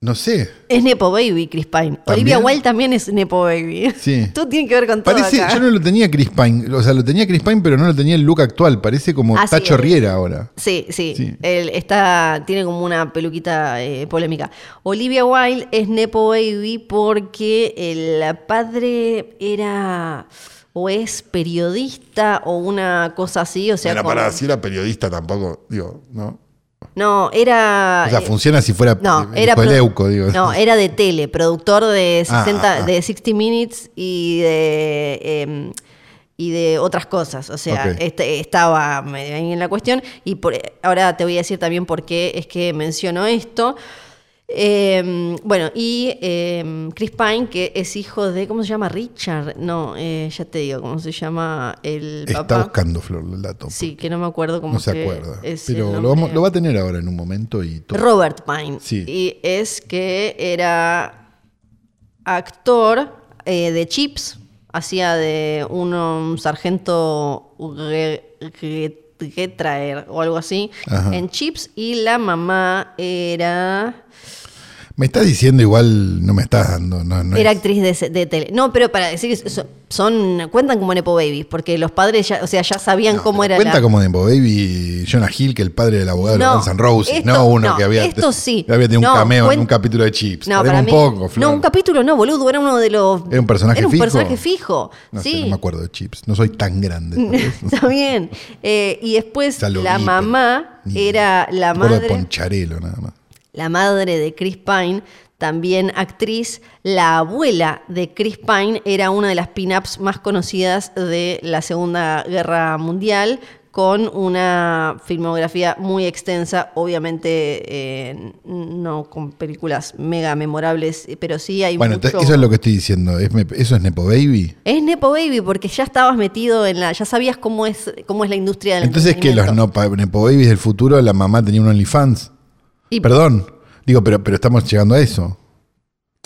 Speaker 3: No sé,
Speaker 2: Es Nepo Baby, Chris Pine. Olivia Wilde también es Nepo Baby.
Speaker 3: sí.
Speaker 2: *laughs* Todo tiene que ver con todo.
Speaker 3: Parece,
Speaker 2: acá.
Speaker 3: yo no lo tenía Chris Pine, o sea, lo tenía Chris Pine, pero no lo tenía el look actual, parece como
Speaker 2: Así
Speaker 3: Tacho
Speaker 2: es.
Speaker 3: Riera ahora.
Speaker 2: Sí, sí.
Speaker 3: Sí.
Speaker 2: Él está, tiene como una peluquita eh, polémica. Olivia Wilde es Nepo Baby porque el padre era o es periodista o una cosa así. O sea,
Speaker 3: Bueno,
Speaker 2: como-
Speaker 3: para si era periodista tampoco, digo, ¿no?
Speaker 2: no, era.
Speaker 3: O sea,
Speaker 2: eh,
Speaker 3: funciona si fuera
Speaker 2: No,
Speaker 3: el
Speaker 2: era
Speaker 3: hijo de
Speaker 2: pro-
Speaker 3: Leuco, digo. *laughs*
Speaker 2: No, era de tele, productor de 60,
Speaker 3: Ah, ah, ah.
Speaker 2: de 60 Minutes y de em, y de otras cosas. O sea,
Speaker 3: Ok.
Speaker 2: este, estaba medio ahí en la cuestión. Y por, ahora te voy a decir también por qué es que menciono esto. Em, bueno, y em, Chris Pine, que es hijo de, ¿cómo se llama? Richard. No, eh, ya te digo, ¿cómo se llama el
Speaker 3: Está
Speaker 2: papá?
Speaker 3: buscando Flor el dato.
Speaker 2: Sí, que no me acuerdo cómo
Speaker 3: No se
Speaker 2: que
Speaker 3: acuerda.
Speaker 2: es el
Speaker 3: Pero lo,
Speaker 2: nombre.
Speaker 3: vamos- lo va a tener ahora en un momento y todo.
Speaker 2: Robert Pine.
Speaker 3: Sí.
Speaker 2: Y es que era actor eh, de Chips, hacía de un, um, sargento re- re- retraer o algo así
Speaker 3: Ajá.
Speaker 2: en Chips y la mamá era
Speaker 3: Me estás diciendo igual, no me estás dando. No, no
Speaker 2: era
Speaker 3: es-
Speaker 2: actriz de, se- de tele. No, pero para decir que so- son, cuentan como Nepo Babies porque los padres ya, o sea, ya sabían
Speaker 3: no,
Speaker 2: cómo
Speaker 3: pero
Speaker 2: era
Speaker 3: Cuenta
Speaker 2: la
Speaker 3: como de Bo Baby, Jonah Hill, que el padre del abogado de
Speaker 2: No,
Speaker 3: los Guns N' Roses,
Speaker 2: esto-
Speaker 3: no uno
Speaker 2: no,
Speaker 3: que había,
Speaker 2: esto sí.
Speaker 3: que había tenido
Speaker 2: No,
Speaker 3: un cameo
Speaker 2: cuen-
Speaker 3: en un capítulo de Chips.
Speaker 2: No,
Speaker 3: Paremos
Speaker 2: para
Speaker 3: un
Speaker 2: mí-
Speaker 3: poco, Flor.
Speaker 2: No, un capítulo no, boludo, era uno de los.
Speaker 3: ¿Era un personaje
Speaker 2: era un
Speaker 3: fijo?
Speaker 2: personaje fijo.
Speaker 3: No sé,
Speaker 2: sí.
Speaker 3: no me acuerdo de Chips, no soy
Speaker 2: *laughs*
Speaker 3: tan grande.
Speaker 2: Está bien. Eh, y después
Speaker 3: Ya lo
Speaker 2: la
Speaker 3: vi,
Speaker 2: mamá
Speaker 3: pero ni-
Speaker 2: era la
Speaker 3: Me acuerdo de
Speaker 2: madre,
Speaker 3: Poncharelo nada más.
Speaker 2: la madre de Chris Pine, también actriz. La abuela de Chris Pine era una de las pin-ups más conocidas de la Segunda Guerra Mundial, con una filmografía muy extensa, obviamente eh, no con películas mega memorables, pero sí hay
Speaker 3: Bueno,
Speaker 2: mucho...
Speaker 3: entonces, eso es lo que estoy diciendo. ¿Es me- ¿Eso es Nepo Baby?
Speaker 2: Es Nepo Baby porque ya estabas metido en la. ya sabías cómo es, cómo es la industria del
Speaker 3: Entonces, que los
Speaker 2: entretenimiento.
Speaker 3: nopa- Nepo Babies del futuro, la mamá tenía un OnlyFans.
Speaker 2: Y-
Speaker 3: Perdón. Digo, pero, pero estamos llegando a eso.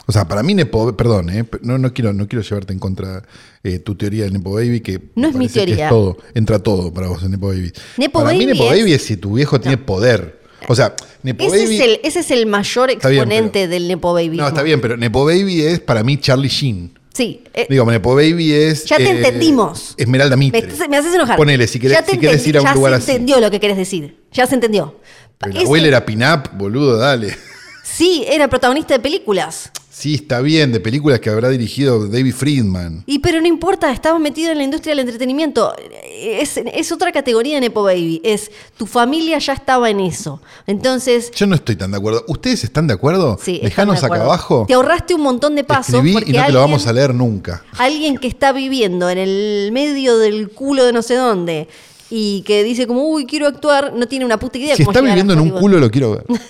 Speaker 3: O sea, para mí Nepo, perdón, eh, no, no, quiero, no quiero llevarte en contra eh, tu teoría del Nepo Baby, que
Speaker 2: No es
Speaker 3: me
Speaker 2: mi
Speaker 3: parece que
Speaker 2: teoría.
Speaker 3: todo, entra todo para vos en Nepo Baby.
Speaker 2: Nepo
Speaker 3: para mí
Speaker 2: Baby
Speaker 3: Nepo
Speaker 2: es-
Speaker 3: Baby es si tu viejo tiene poder. O sea, Nepo
Speaker 2: Ese,
Speaker 3: Baby...
Speaker 2: es el, ese es el mayor
Speaker 3: Está bien,
Speaker 2: exponente del Nepo Baby.
Speaker 3: No, está bien, pero Nepo Baby es para mí Charlie Sheen.
Speaker 2: Sí. eh,
Speaker 3: Digo, Nepo Baby es... eh,
Speaker 2: Ya te entendimos.
Speaker 3: Esmeralda
Speaker 2: me,
Speaker 3: Mitre.
Speaker 2: estás- me haces enojar.
Speaker 3: Ponele, si querés,
Speaker 2: Ya te
Speaker 3: si querés
Speaker 2: entendí-
Speaker 3: ir a un lugar
Speaker 2: Ya se
Speaker 3: así.
Speaker 2: entendió lo que querés decir. Ya se entendió.
Speaker 3: Pero
Speaker 2: Ese-
Speaker 3: la abuela era pin-up, boludo, dale.
Speaker 2: Sí, era protagonista de películas.
Speaker 3: Sí, está bien, de películas que habrá dirigido David Friedman.
Speaker 2: Y pero no importa, estabas metido en la industria del entretenimiento. Es, es otra categoría en Epo Baby. Es tu familia ya estaba en eso. Entonces,
Speaker 3: Yo no estoy tan de acuerdo. ¿Ustedes están de acuerdo?
Speaker 2: sí. estamos
Speaker 3: Dejanos
Speaker 2: de
Speaker 3: acá
Speaker 2: acuerdo.
Speaker 3: abajo.
Speaker 2: Te ahorraste un montón de pasos.
Speaker 3: Escribí y no
Speaker 2: porque
Speaker 3: te lo
Speaker 2: alguien-
Speaker 3: vamos a leer nunca.
Speaker 2: alguien que está viviendo en el medio del culo de no sé dónde y que dice como, uy, quiero actuar, no tiene una puta idea. de
Speaker 3: Si
Speaker 2: cómo
Speaker 3: está
Speaker 2: llegar a
Speaker 3: viviendo en un
Speaker 2: Hollywood.
Speaker 3: culo, lo quiero
Speaker 2: *laughs*
Speaker 3: ver.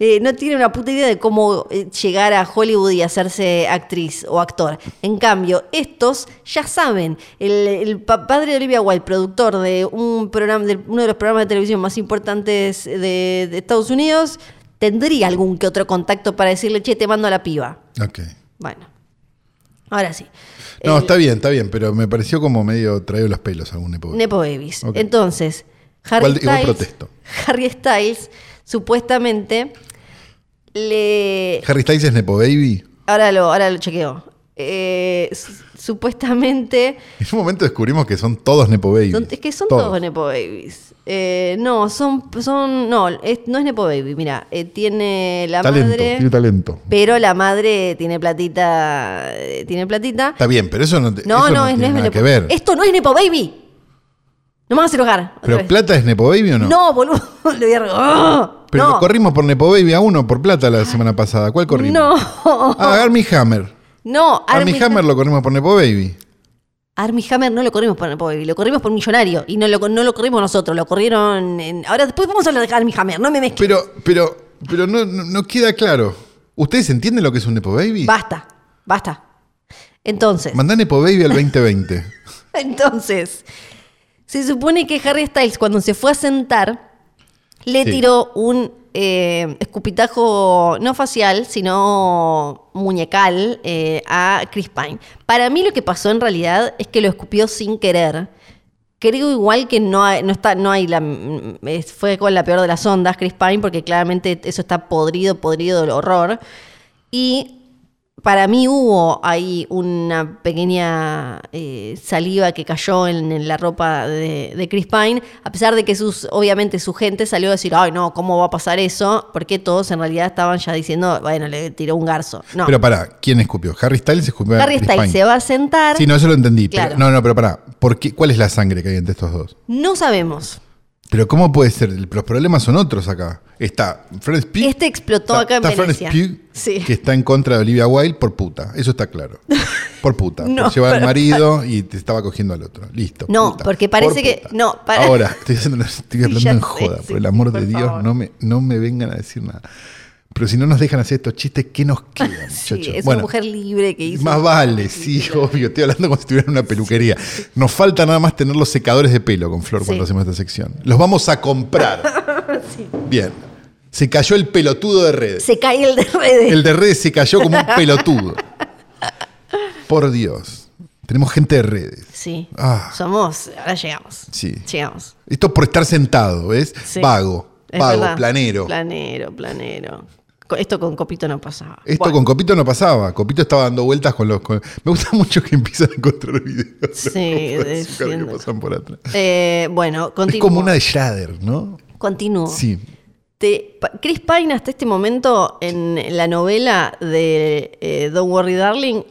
Speaker 2: Eh, no tiene una puta idea de cómo eh, llegar a Hollywood y hacerse actriz o actor. En cambio, estos ya saben. El, el pa- padre de Olivia Wilde, productor de un programa, de uno de los programas de televisión más importantes de, de Estados Unidos, tendría algún que otro contacto para decirle, che, te mando a la piba.
Speaker 3: Ok.
Speaker 2: Bueno, ahora sí.
Speaker 3: No,
Speaker 2: El-
Speaker 3: está bien, está bien, pero me pareció como medio traído los pelos algún época.
Speaker 2: Nepo Babies.
Speaker 3: Ok.
Speaker 2: Entonces, Harry
Speaker 3: Igual- igual
Speaker 2: Styles.
Speaker 3: protesto.
Speaker 2: Harry Styles, supuestamente, le.
Speaker 3: Harry Styles es Nepo Baby.
Speaker 2: Ahora lo, ahora lo chequeo. Eh, su- supuestamente.
Speaker 3: En un momento descubrimos que son todos Nepo Baby.
Speaker 2: son- es que son todos, Nepo Babies. Eh, no, son. son no, es- no es Nepo Baby. Mira, eh, tiene la
Speaker 3: Talento,
Speaker 2: madre.
Speaker 3: tiene talento.
Speaker 2: Pero la madre tiene platita. eh, Tiene platita.
Speaker 3: Está bien, pero eso no, te-
Speaker 2: No,
Speaker 3: eso
Speaker 2: no, es, no
Speaker 3: tiene
Speaker 2: es
Speaker 3: nada
Speaker 2: Nepo
Speaker 3: que ver.
Speaker 2: Esto no es Nepo Baby. No me vas a enojar. otra
Speaker 3: ¿Pero
Speaker 2: vez.
Speaker 3: plata es Nepo Baby o no?
Speaker 2: No, boludo, *laughs* le voy a re- ¡Ah!
Speaker 3: Pero
Speaker 2: no.
Speaker 3: corrimos por Nepo Baby a uno por plata la semana pasada. ¿Cuál corrimos?
Speaker 2: No. *laughs*
Speaker 3: Ah, Army Hammer.
Speaker 2: No,
Speaker 3: Army,
Speaker 2: Armie
Speaker 3: Hammer
Speaker 2: Hammer.
Speaker 3: lo corrimos por Nepo Baby.
Speaker 2: Armie Hammer no lo corrimos por Nepo Baby, lo corrimos por Millonario. Y no lo, no lo corrimos nosotros, lo corrieron en- Ahora después vamos a hablar de Armie Hammer, no me mezcles.
Speaker 3: Pero, pero, pero no, no- no queda claro. ¿Ustedes entienden lo que es un Nepo Baby?
Speaker 2: Basta, basta. Entonces,
Speaker 3: Mandá Nepo Baby al 2020.
Speaker 2: entonces, se supone que Harry Styles cuando se fue a sentar, le
Speaker 3: Sí.
Speaker 2: tiró un eh, escupitajo no facial, sino muñecal eh, a Chris Pine. Para mí lo que pasó en realidad es que lo escupió sin querer. Creo igual que no hay, no está, no hay la, mm, es- fue con la peor de las ondas Chris Pine porque claramente eso está podrido, podrido del horror. Y para mí hubo ahí una pequeña eh, saliva que cayó en, en la ropa de, de Chris Pine, a pesar de que sus, obviamente su gente salió a decir, ay no, ¿cómo va a pasar eso? Porque todos en realidad estaban ya diciendo, bueno, le tiró un garzo. *laughs* No,
Speaker 3: Pero pará, ¿quién escupió? Harry Styles escupió a
Speaker 2: Harry
Speaker 3: Chris
Speaker 2: Styles
Speaker 3: Pine.
Speaker 2: se va a sentar,
Speaker 3: Sí, no, eso lo entendí. pero-
Speaker 2: Claro.
Speaker 3: no, no, pero pará. ¿por qué- ¿Cuál es la sangre que hay entre estos dos?
Speaker 2: no sabemos.
Speaker 3: Pero ¿cómo puede ser? El- Los problemas son otros acá. Está Florence Pugh.
Speaker 2: Este explotó
Speaker 3: está-
Speaker 2: acá en
Speaker 3: está Florence
Speaker 2: Venecia.
Speaker 3: Pugh,
Speaker 2: Sí.
Speaker 3: que está en contra de Olivia Wilde por puta. Eso está claro. Por puta.
Speaker 2: *laughs* No,
Speaker 3: por llevar al
Speaker 2: pero-
Speaker 3: marido y te estaba cogiendo al otro. Listo.
Speaker 2: No,
Speaker 3: puta.
Speaker 2: porque parece que-
Speaker 3: puta.
Speaker 2: no, para-
Speaker 3: Ahora, estoy, haciendo- estoy
Speaker 2: *laughs*
Speaker 3: hablando
Speaker 2: Ya
Speaker 3: en
Speaker 2: sé,
Speaker 3: joda.
Speaker 2: sí,
Speaker 3: por el amor
Speaker 2: por
Speaker 3: de
Speaker 2: favor.
Speaker 3: Dios, no me, no me vengan a decir nada. Pero si no nos dejan hacer estos chistes, ¿qué nos
Speaker 2: *laughs*
Speaker 3: queda,
Speaker 2: Sí,
Speaker 3: muchachos?
Speaker 2: es
Speaker 3: Bueno,
Speaker 2: una mujer libre que hizo.
Speaker 3: más vale, sí, *laughs* obvio. Estoy hablando como si estuviera en una peluquería. Nos falta nada más tener los secadores de pelo con Flor cuando
Speaker 2: Sí.
Speaker 3: hacemos esta sección. Los vamos a comprar.
Speaker 2: *laughs*
Speaker 3: Bien. Se cayó el pelotudo de redes.
Speaker 2: Se cae el de redes.
Speaker 3: El de redes se
Speaker 2: *laughs*
Speaker 3: cayó como un pelotudo. Por Dios. Tenemos gente de redes.
Speaker 2: Sí.
Speaker 3: Ah.
Speaker 2: Somos, ahora llegamos.
Speaker 3: Sí.
Speaker 2: Llegamos.
Speaker 3: Esto por estar sentado, ¿ves?
Speaker 2: Sí.
Speaker 3: Vago,
Speaker 2: Es
Speaker 3: vago,
Speaker 2: verdad.
Speaker 3: planero.
Speaker 2: Planero, planero. Co- Esto con Copito no pasaba.
Speaker 3: Esto
Speaker 2: Bueno,
Speaker 3: con Copito no pasaba. Copito estaba dando vueltas con los. con- Me gusta mucho que empiezan a encontrar videos.
Speaker 2: Sí,
Speaker 3: de azúcar que
Speaker 2: diciendo-
Speaker 3: pasan por atrás.
Speaker 2: eh, bueno,
Speaker 3: Es
Speaker 2: continúo.
Speaker 3: como una de Schrader, ¿no?
Speaker 2: Continúo.
Speaker 3: Sí.
Speaker 2: Te- pa- Chris Pine hasta este momento en la novela de eh, Don't Worry Darling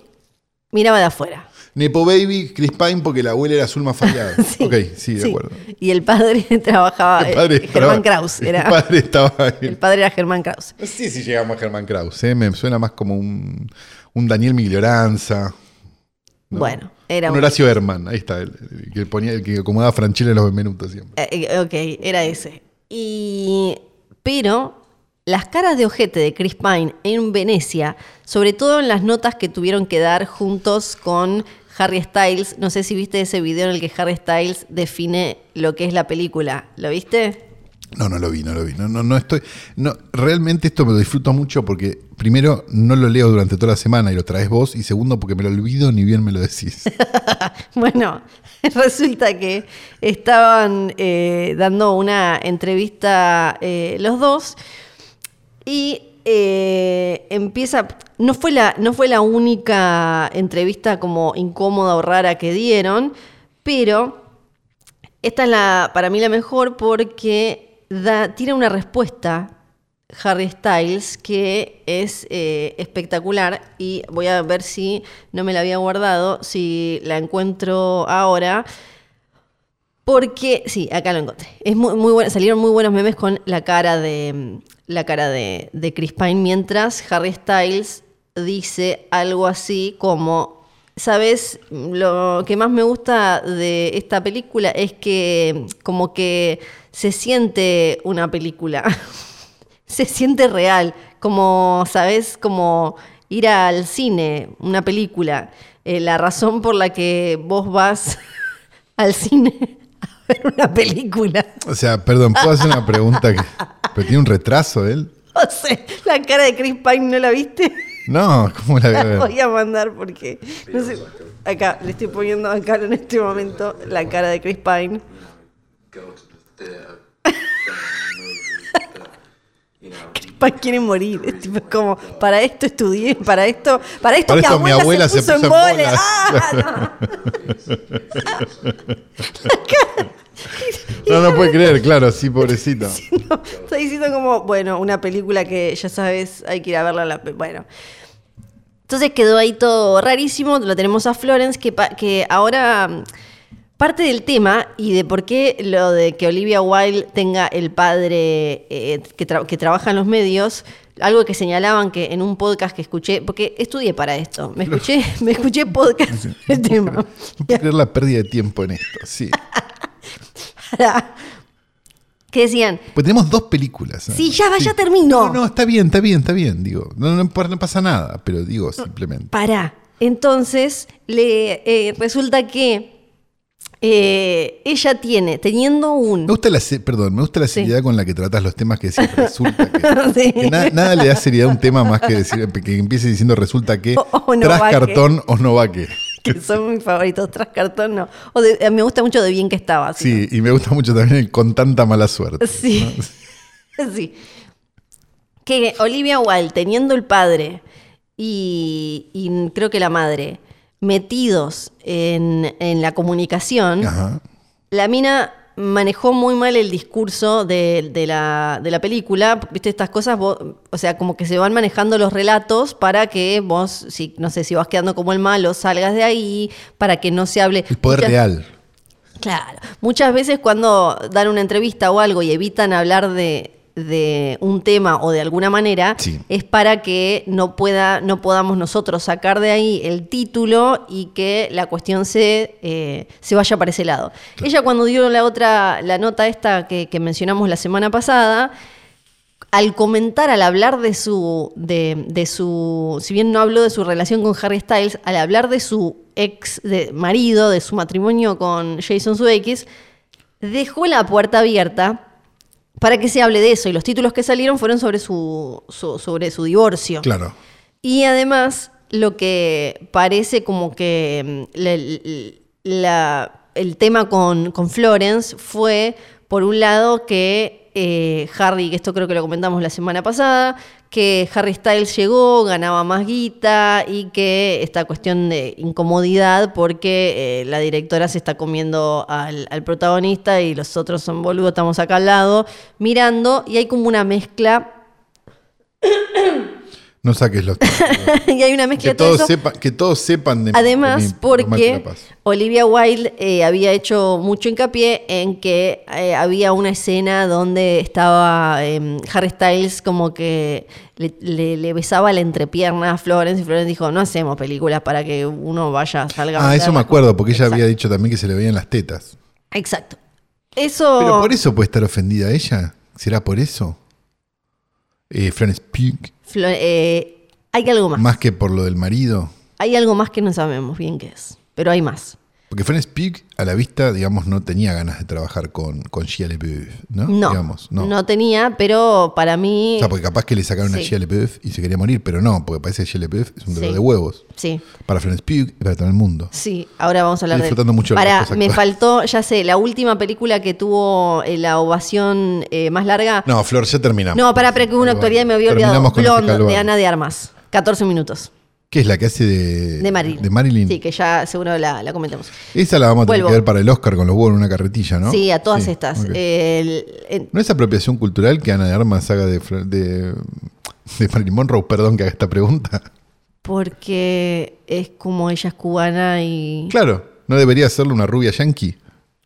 Speaker 2: miraba de afuera. *laughs*
Speaker 3: Nepo Baby, Chris Pine, porque la abuela era Zulma Fallada. ok, sí, de
Speaker 2: Sí.
Speaker 3: acuerdo.
Speaker 2: Y el padre *laughs* trabajaba,
Speaker 3: El padre
Speaker 2: eh, Germán
Speaker 3: estaba-
Speaker 2: Kraus. Era,
Speaker 3: El padre estaba
Speaker 2: el padre *laughs* era Germán Kraus.
Speaker 3: No sé si llegamos a Germán Kraus, ¿eh? me suena más como un, un Daniel Miglioranza. No.
Speaker 2: Bueno, era
Speaker 3: un
Speaker 2: un-
Speaker 3: Horacio Herman, ahí está, el, el que ponía, el que acomodaba a Franchella en los Benvenutos siempre.
Speaker 2: Eh, eh, ok, era ese. Y. Pero las caras de ojete de Chris Pine en Venecia, sobre todo en las notas que tuvieron que dar juntos con Harry Styles. No sé si viste ese video en el que Harry Styles define lo que es la película. ¿Lo viste?
Speaker 3: No, no lo vi, no lo vi. No, no, no estoy. No, realmente esto me lo disfruto mucho porque, primero, no lo leo durante toda la semana y lo traes vos, y segundo, porque me lo olvido ni bien me lo decís. *laughs*
Speaker 2: *laughs* Bueno, resulta que estaban eh, dando una entrevista eh, los dos y eh, empieza. No fue, la, no fue la única entrevista como incómoda o rara que dieron, pero esta es la, para mí la mejor porque da, tiene una respuesta Harry Styles, que es eh, espectacular y voy a ver si no me la había guardado, si la encuentro ahora. Porque, sí, acá lo encontré. Es muy, muy bueno, salieron muy buenos memes con la cara de mm, la cara de, de Chris Pine, mientras Harry Styles dice algo así como. Sabes, lo que más me gusta de esta película es que mm, como que se siente una película. *laughs* se siente real, como, ¿sabes? Como ir al cine, una película. Eh, la razón por la que vos vas al cine a ver una película. *laughs*
Speaker 3: O sea, perdón, ¿puedo hacer una pregunta? Que, ¿Pero tiene un retraso él?
Speaker 2: No sé, la cara de Chris Pine, ¿no la viste?
Speaker 3: No, ¿cómo la voy
Speaker 2: *laughs*
Speaker 3: a ver?
Speaker 2: voy a mandar porque... No sé, acá, le estoy poniendo acá en este momento la cara de Chris Pine. Pine quiere morir. Es tipo como, para esto estudié, para esto, para esto,
Speaker 3: Para
Speaker 2: mi,
Speaker 3: esto mi
Speaker 2: abuela
Speaker 3: abuela
Speaker 2: se puso, en bolas. ¡Ah, no!
Speaker 3: No, no puede creer, claro, sí, pobrecito.
Speaker 2: *laughs* No, está diciendo como, bueno, una película que ya sabes, hay que ir a verla. la pe- bueno. Entonces quedó ahí todo rarísimo. Lo tenemos a Florence, que, pa- que ahora mm, parte del tema y de por qué lo de que Olivia Wilde tenga el padre eh, que, tra- que trabaja en los medios. Algo que señalaban que en un podcast que escuché, porque estudié para esto, me escuché, me escuché podcast *laughs* del tema.
Speaker 3: No puedo creer la pérdida de tiempo en esto, sí.
Speaker 2: Que decían,
Speaker 3: Pues tenemos dos películas. ¿eh?
Speaker 2: Sí, ya va, ya termino.
Speaker 3: No, no, está bien, está bien, está bien, digo. No, no, importa, no pasa nada, pero digo simplemente.
Speaker 2: Pará. Entonces, le eh, resulta que eh, ella tiene, teniendo
Speaker 3: Me
Speaker 2: un.
Speaker 3: gusta la, se- perdón, me gusta la seriedad con la que tratas los temas que decís
Speaker 2: *laughs*
Speaker 3: resulta que.
Speaker 2: Sí.
Speaker 3: que na- nada le da seriedad a un tema más que decir que empiece diciendo resulta que
Speaker 2: *laughs* O- o no
Speaker 3: tras
Speaker 2: va que.
Speaker 3: cartón o no va que.
Speaker 2: que son mis favoritos, tras cartón no. O de- eh, me gusta mucho de bien que estaba. así.
Speaker 3: Sí, y me gusta mucho también el con tanta mala
Speaker 2: *laughs*
Speaker 3: suerte.
Speaker 2: Sí. *laughs* sí. Que Olivia Wilde, teniendo el padre y, y creo que la madre metidos en, en la comunicación,
Speaker 3: Ajá.
Speaker 2: La mina manejó muy mal el discurso de, de la, de la película. Viste, estas cosas, vos- o sea, como que se van manejando los relatos para que vos, si, no sé, si vas quedando como el malo, salgas de ahí, para que no se hable.
Speaker 3: El poder
Speaker 2: Muchas-
Speaker 3: real.
Speaker 2: Claro. Muchas veces cuando dan una entrevista o algo y evitan hablar de, de un tema o de alguna manera,
Speaker 3: Sí.
Speaker 2: es para que no pueda, no podamos nosotros sacar de ahí el título y que la cuestión se, eh, se vaya para ese lado. Ella cuando dio la otra, la nota esta que, que mencionamos la semana pasada, al comentar, al hablar de su, de, de su, si bien no habló de su relación con Harry Styles, al hablar de su ex de marido, de su matrimonio con Jason Sudeikis, dejó la puerta abierta para que se hable de eso. Y los títulos que salieron fueron sobre su, su- sobre su divorcio.
Speaker 3: Claro.
Speaker 2: Y además, lo que parece como que mm, la- la- el tema con, con Florence fue, por un lado, que eh, Harry, que esto creo que lo comentamos la semana pasada, que Harry Styles llegó, ganaba más guita y que esta cuestión de incomodidad porque eh, la directora se está comiendo al, al protagonista y los otros son boludos, estamos acá al lado mirando y hay como una mezcla *laughs*
Speaker 3: No saques los
Speaker 2: *laughs* y hay una mezcla
Speaker 3: que
Speaker 2: de todo
Speaker 3: todos
Speaker 2: eso.
Speaker 3: sepan que todos sepan de mí, de
Speaker 2: Además,
Speaker 3: mí, por mal que Em, la
Speaker 2: porque
Speaker 3: pase.
Speaker 2: Olivia Wilde eh, había hecho mucho hincapié en que eh, había una escena donde estaba eh, Harry Styles como que le, le- le besaba la entrepierna a Florence y Florence dijo, no hacemos películas para que uno vaya, salga. a
Speaker 3: Ah, eso
Speaker 2: verla".
Speaker 3: me acuerdo, porque ella
Speaker 2: Exacto.
Speaker 3: había dicho también que se le veían las tetas.
Speaker 2: Exacto. Eso...
Speaker 3: Pero por eso puede estar ofendida ella. ¿Será por eso? Eh, Florence Pugh,
Speaker 2: Flo- eh, hay algo más.
Speaker 3: más que por lo del marido.
Speaker 2: Hay algo más que no sabemos bien qué es, pero hay más.
Speaker 3: Porque Florence Pugh, a la vista, digamos, no tenía ganas de trabajar con, con Shia LaBeouf, ¿no?
Speaker 2: No,
Speaker 3: Digamos, no.
Speaker 2: no. tenía, pero para mí...
Speaker 3: O sea, porque capaz que le sacaron a
Speaker 2: Sí.
Speaker 3: Shia LaBeouf y se quería morir, pero no, porque parece que Shia LaBeouf es un dolor
Speaker 2: Sí.
Speaker 3: de huevos.
Speaker 2: sí.
Speaker 3: Para Florence Pugh y para todo el mundo.
Speaker 2: Sí, ahora vamos a hablar
Speaker 3: Estoy
Speaker 2: de.
Speaker 3: disfrutando mucho de
Speaker 2: Pará,
Speaker 3: las cosas
Speaker 2: me
Speaker 3: actuales.
Speaker 2: faltó, ya sé, la última película que tuvo eh, la ovación eh, más larga.
Speaker 3: No, Flor, ya terminamos.
Speaker 2: No, para para que hubo una actualidad y me había olvidado.
Speaker 3: Terminamos con este
Speaker 2: Blonde,
Speaker 3: calvario.
Speaker 2: de Ana de Armas. 14 minutos.
Speaker 3: ¿Qué que es la que hace de,
Speaker 2: De Marilyn.
Speaker 3: Eh, de Marilyn.
Speaker 2: Sí, que ya seguro la, la comentamos.
Speaker 3: Esa la vamos a tener
Speaker 2: Vuelvo.
Speaker 3: que ver para el Oscar con los huevos en una carretilla, ¿no?
Speaker 2: Sí, a todas
Speaker 3: Sí,
Speaker 2: estas.
Speaker 3: ok.
Speaker 2: El- en-
Speaker 3: ¿No es apropiación cultural que Ana de Armas haga de, Fre- de, de Marilyn Monroe? Perdón que haga esta pregunta.
Speaker 2: porque es como ella es cubana y.
Speaker 3: Claro, ¿no debería hacerlo una rubia yankee?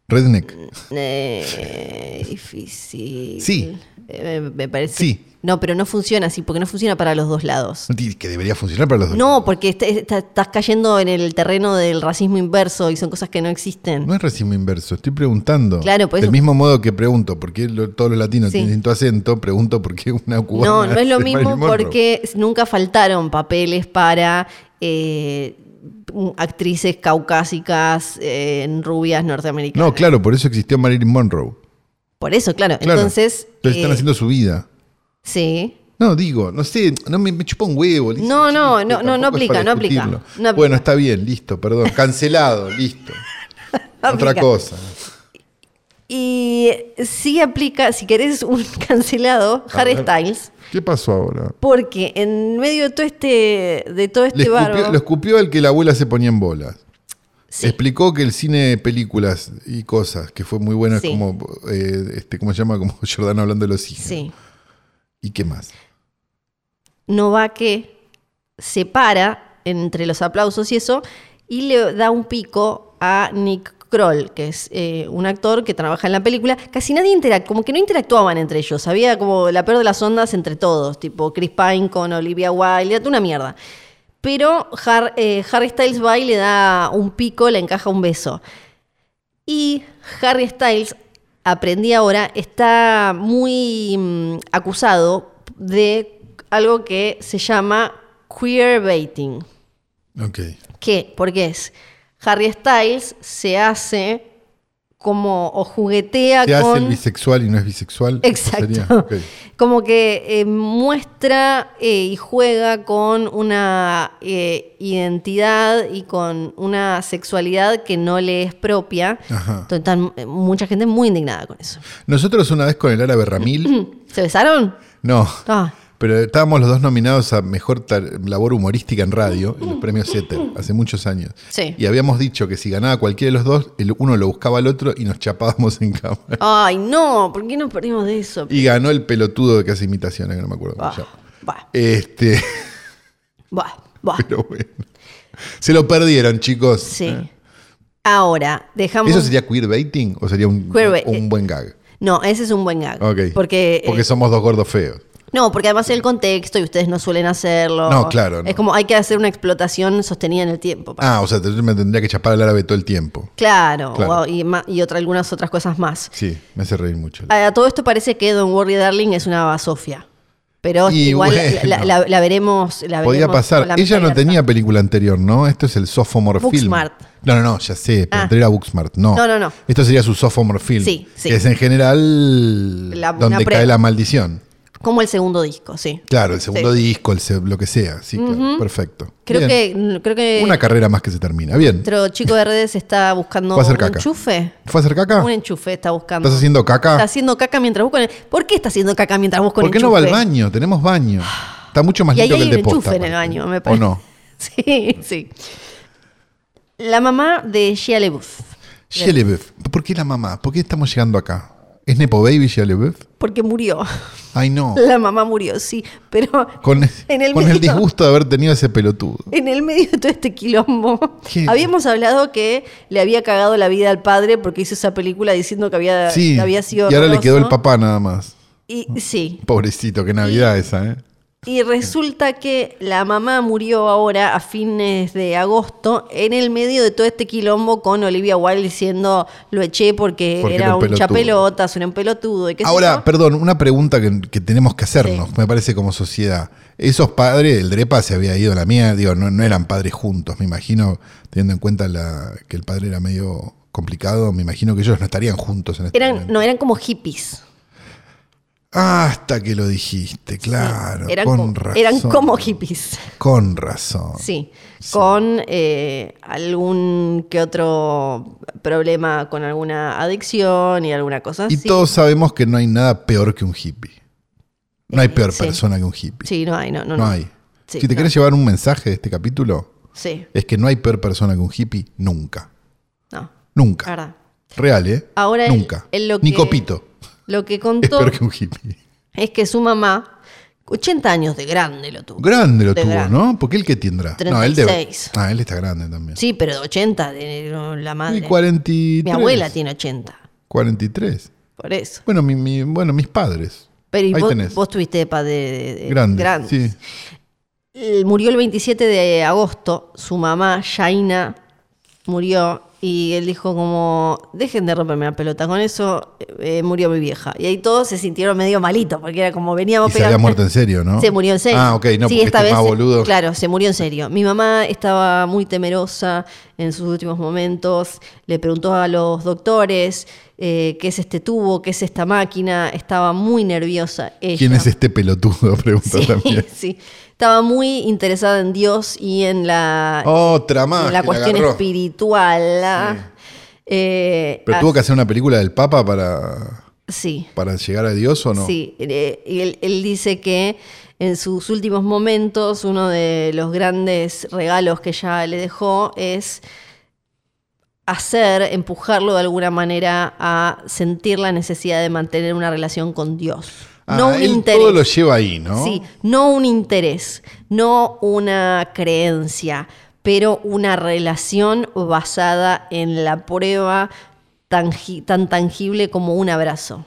Speaker 3: Redneck. *laughs*
Speaker 2: Eh, difícil.
Speaker 3: Sí.
Speaker 2: Eh, me- me parece.
Speaker 3: Sí.
Speaker 2: No, pero no funciona así, porque no funciona para los dos lados.
Speaker 3: No tiene- Que debería funcionar para los dos.
Speaker 2: No, porque est- est- estás cayendo en el terreno del racismo inverso y son cosas que no existen.
Speaker 3: No es racismo inverso, estoy preguntando.
Speaker 2: Claro, por eso-
Speaker 3: Del mismo modo que pregunto por qué lo- todos los latinos
Speaker 2: Sí.
Speaker 3: tienen distinto acento, pregunto por qué una cubana.
Speaker 2: No, no es lo
Speaker 3: hace
Speaker 2: mismo
Speaker 3: *laughs* Marilyn Monroe.
Speaker 2: porque nunca faltaron papeles para eh, actrices caucásicas, eh, rubias norteamericanas.
Speaker 3: No, claro, por eso existió Marilyn Monroe.
Speaker 2: Por eso, claro.
Speaker 3: Claro.
Speaker 2: Entonces.
Speaker 3: Entonces están
Speaker 2: eh,
Speaker 3: haciendo su vida.
Speaker 2: Sí.
Speaker 3: No, digo, no sé, no me, me chupa un huevo. Lisa,
Speaker 2: No, no,
Speaker 3: chiste,
Speaker 2: no, no, no
Speaker 3: tampoco es
Speaker 2: aplica,
Speaker 3: para
Speaker 2: no aplica,
Speaker 3: discutirlo.
Speaker 2: no aplica.
Speaker 3: Bueno, está bien, listo, perdón. Cancelado,
Speaker 2: *laughs*
Speaker 3: listo. Otra
Speaker 2: Aplica.
Speaker 3: cosa.
Speaker 2: Y sí aplica, si querés, un *laughs* cancelado,
Speaker 3: A
Speaker 2: Harry
Speaker 3: ver.
Speaker 2: Styles.
Speaker 3: ¿Qué pasó ahora?
Speaker 2: Porque en medio de todo este, de todo
Speaker 3: Le
Speaker 2: este
Speaker 3: escupió,
Speaker 2: barro.
Speaker 3: lo escupió al que la abuela se ponía en bolas.
Speaker 2: Sí.
Speaker 3: Explicó que el cine, películas y cosas, que fue muy bueno, es
Speaker 2: Sí.
Speaker 3: como, eh, este, ¿cómo se llama? Como *laughs* Jordano hablando de los hijos.
Speaker 2: Sí.
Speaker 3: ¿Y qué más?
Speaker 2: no va que se para entre los aplausos y eso y le da un pico a Nick Kroll, que es eh, un actor que trabaja en la película. Casi nadie interactuaba, como que no interactuaban entre ellos. Había como la peor de las ondas entre todos, tipo Chris Pine con Olivia Wilde, era una mierda. Pero Har- eh, Harry Styles va y le da un pico, le encaja un beso. Y Harry Styles, aprendí ahora, está muy mm, acusado de algo que se llama queerbaiting.
Speaker 3: Ok.
Speaker 2: ¿Qué? Porque es Harry Styles se hace como o juguetea
Speaker 3: ¿Se
Speaker 2: con
Speaker 3: hace el bisexual y no es bisexual?
Speaker 2: Exacto.
Speaker 3: Sería, ok.
Speaker 2: Como que eh, muestra eh, y juega con una eh, identidad y con una sexualidad que no le es propia.
Speaker 3: Ajá.
Speaker 2: Entonces, están, eh, mucha gente muy indignada con eso.
Speaker 3: Nosotros una vez con el árabe
Speaker 2: *clears throat*
Speaker 3: Ramil,
Speaker 2: ¿Se besaron?
Speaker 3: no,
Speaker 2: Ah,
Speaker 3: pero estábamos los dos nominados a Mejor tar- Labor Humorística en Radio, en los premios ETER, hace muchos años.
Speaker 2: Sí.
Speaker 3: Y habíamos dicho que si ganaba cualquiera de los dos, el uno lo buscaba al otro y nos chapábamos en cámara.
Speaker 2: Ay, no, ¿por qué nos perdimos de eso?
Speaker 3: Y ganó el pelotudo que hace imitaciones, que no me acuerdo cómo
Speaker 2: Bah,
Speaker 3: se llama.
Speaker 2: bah,
Speaker 3: Este, *laughs*
Speaker 2: bah, bah.
Speaker 3: pero bueno. Se lo perdieron, chicos.
Speaker 2: Sí. Ahora, dejamos.
Speaker 3: Eh. ¿Eso sería queerbaiting o sería un,
Speaker 2: Queerba-
Speaker 3: un buen gag?
Speaker 2: No, ese es un buen gag.
Speaker 3: Ok.
Speaker 2: Porque, eh,
Speaker 3: somos dos gordos feos.
Speaker 2: No, porque además el contexto y ustedes no suelen hacerlo.
Speaker 3: No, claro, no.
Speaker 2: Es como hay que hacer una explotación sostenida en el tiempo. para-
Speaker 3: Ah, o sea, te- me tendría que chapar al árabe todo el tiempo.
Speaker 2: Claro,
Speaker 3: Claro.
Speaker 2: o- y, ma- y otra, algunas otras cosas más.
Speaker 3: Sí, me hace reír mucho.
Speaker 2: A, a todo esto parece que Don't Worry Darling es una basofia. Pero
Speaker 3: Y
Speaker 2: igual la-
Speaker 3: bueno.
Speaker 2: la, la- la veremos. La veremos
Speaker 3: Podía
Speaker 2: con la
Speaker 3: pasar. Ella
Speaker 2: mente
Speaker 3: no
Speaker 2: abierta.
Speaker 3: tenía película anterior, ¿no? Esto es el sophomore
Speaker 2: Booksmart.
Speaker 3: film. No, no, no, ya sé, pero
Speaker 2: Ah.
Speaker 3: anterior a Booksmart, no.
Speaker 2: No, no, no.
Speaker 3: Esto sería su sophomore film.
Speaker 2: Sí, sí.
Speaker 3: Que es en general
Speaker 2: La- una
Speaker 3: donde
Speaker 2: pre-
Speaker 3: cae la maldición.
Speaker 2: Como el segundo disco, sí.
Speaker 3: Claro, el segundo
Speaker 2: Sí.
Speaker 3: disco, el se- lo que sea. Sí, claro, perfecto.
Speaker 2: Creo
Speaker 3: Bien.
Speaker 2: que, eh, creo que
Speaker 3: Una carrera más que se termina. Bien.
Speaker 2: nuestro chico de redes está buscando
Speaker 3: Fue a hacer
Speaker 2: un
Speaker 3: caca.
Speaker 2: enchufe.
Speaker 3: ¿Fue a hacer caca?
Speaker 2: Un enchufe está buscando.
Speaker 3: ¿Estás haciendo caca?
Speaker 2: Está haciendo caca mientras busco. en- ¿Por qué está haciendo caca mientras busco
Speaker 3: ¿Por
Speaker 2: el
Speaker 3: qué
Speaker 2: enchufe?
Speaker 3: no va al baño?
Speaker 2: *sighs*
Speaker 3: Tenemos baño. Está mucho más
Speaker 2: Y ahí
Speaker 3: lindo que
Speaker 2: hay
Speaker 3: el
Speaker 2: un
Speaker 3: de posta.
Speaker 2: enchufe en el
Speaker 3: aparte.
Speaker 2: baño, me parece.
Speaker 3: ¿O no?
Speaker 2: *laughs* Sí, sí. La mamá de Shia LaBeouf.
Speaker 3: Shia LaBeouf. ¿Por qué la mamá? ¿Por qué estamos llegando acá? ¿Es Nepo Baby Shia LaBeouf?
Speaker 2: Porque murió.
Speaker 3: Ay, no.
Speaker 2: La mamá murió, sí. Pero
Speaker 3: Oh. Con,
Speaker 2: *laughs* en el
Speaker 3: con
Speaker 2: medio,
Speaker 3: el disgusto de haber tenido ese pelotudo.
Speaker 2: En el medio de todo este quilombo,
Speaker 3: ¿Qué?
Speaker 2: habíamos hablado que le había cagado la vida al padre porque hizo esa película diciendo que había,
Speaker 3: Sí.
Speaker 2: Eh, que había sido.
Speaker 3: y ahora le quedó el
Speaker 2: horroroso.
Speaker 3: papá nada más.
Speaker 2: Y, sí.
Speaker 3: Pobrecito, qué Navidad esa, ¿eh?
Speaker 2: Y resulta que la mamá murió ahora a fines de agosto en el medio de todo este quilombo con Olivia Wilde diciendo lo eché porque,
Speaker 3: Porque
Speaker 2: era
Speaker 3: era un
Speaker 2: un
Speaker 3: pelotudo".
Speaker 2: chapelotas, un empelotudo y qué sé
Speaker 3: Ahora,
Speaker 2: yo.
Speaker 3: perdón, una pregunta que, que tenemos que hacernos, me parece, como sociedad. Esos padres, el Drepa se había ido a la mía, digo, no, no eran padres juntos, me imagino, teniendo en cuenta la- que el padre era medio complicado, me imagino que ellos no estarían juntos en este
Speaker 2: eran,
Speaker 3: momento.
Speaker 2: no, eran como hippies.
Speaker 3: Hasta que lo dijiste, claro.
Speaker 2: eran,
Speaker 3: con
Speaker 2: co-
Speaker 3: razón.
Speaker 2: eran como hippies.
Speaker 3: Con razón.
Speaker 2: Sí, con eh, algún que otro problema con alguna adicción y alguna cosa
Speaker 3: Y
Speaker 2: así.
Speaker 3: todos sabemos que no hay nada peor que un hippie. No hay peor
Speaker 2: Eh, sí.
Speaker 3: persona que un hippie.
Speaker 2: Sí, no hay, no, no,
Speaker 3: no
Speaker 2: no.
Speaker 3: hay.
Speaker 2: Sí,
Speaker 3: si te
Speaker 2: no.
Speaker 3: querés llevar un mensaje de este capítulo,
Speaker 2: Sí,
Speaker 3: es que no hay peor persona que un hippie nunca.
Speaker 2: no, la
Speaker 3: Nunca.
Speaker 2: verdad.
Speaker 3: Real, ¿eh?
Speaker 2: Ahora él-
Speaker 3: Nunca.
Speaker 2: él lo
Speaker 3: Ni
Speaker 2: que-
Speaker 3: Copito
Speaker 2: Lo que
Speaker 3: *laughs* es
Speaker 2: contó
Speaker 3: peor que un hippie.
Speaker 2: es que su mamá, 80 años de grande lo tuvo.
Speaker 3: Grande lo
Speaker 2: De
Speaker 3: tuvo,
Speaker 2: grande.
Speaker 3: ¿no? Porque él que tendrá. No, él
Speaker 2: 36.
Speaker 3: Ah, él está grande también.
Speaker 2: Sí, pero de 80, de no, la madre.
Speaker 3: y 43.
Speaker 2: Mi abuela tiene 80,
Speaker 3: 43.
Speaker 2: por eso.
Speaker 3: Bueno, mi, mi- bueno mis padres.
Speaker 2: Pero ¿y
Speaker 3: Ahí
Speaker 2: vos,
Speaker 3: tenés.
Speaker 2: vos tuviste pa de, de- de-
Speaker 3: grande.
Speaker 2: Eh, grandes.
Speaker 3: Sí.
Speaker 2: Él Murió el 27 de agosto, su mamá, Shaina, murió y él dijo como, dejen de romperme la pelota, con eso eh, murió mi vieja. Y ahí todos se sintieron medio malitos, porque era como veníamos...
Speaker 3: Y se
Speaker 2: pegando-
Speaker 3: había muerto en serio, ¿no?
Speaker 2: Se murió en serio.
Speaker 3: Ah, ok, no,
Speaker 2: Sí,
Speaker 3: porque
Speaker 2: esta
Speaker 3: este
Speaker 2: vez,
Speaker 3: más boludo.
Speaker 2: Claro, se murió en serio. Mi mamá estaba muy temerosa en sus últimos momentos. Le preguntó a los doctores eh, qué es este tubo, qué es esta máquina. Estaba muy nerviosa. Ella. *laughs*
Speaker 3: ¿Quién es este pelotudo? *laughs* Pregunta
Speaker 2: Sí,
Speaker 3: también.
Speaker 2: *laughs* sí. Estaba muy interesada en Dios y en la,
Speaker 3: Otra más.
Speaker 2: en la
Speaker 3: Oh, que
Speaker 2: cuestión
Speaker 3: agarró.
Speaker 2: espiritual. ah. Eh,
Speaker 3: Pero
Speaker 2: ah,
Speaker 3: tuvo que hacer una película del Papa para,
Speaker 2: sí.
Speaker 3: para llegar a Dios o no.
Speaker 2: Sí, eh, y él, él dice que en sus últimos momentos uno de los grandes regalos que ya le dejó es hacer, empujarlo de alguna manera a sentir la necesidad de mantener una relación con Dios.
Speaker 3: Ah,
Speaker 2: no un
Speaker 3: él
Speaker 2: interés.
Speaker 3: todo lo lleva ahí, ¿no?
Speaker 2: Sí, no un interés, no una creencia, pero una relación basada en la prueba tangi- tan tangible como un abrazo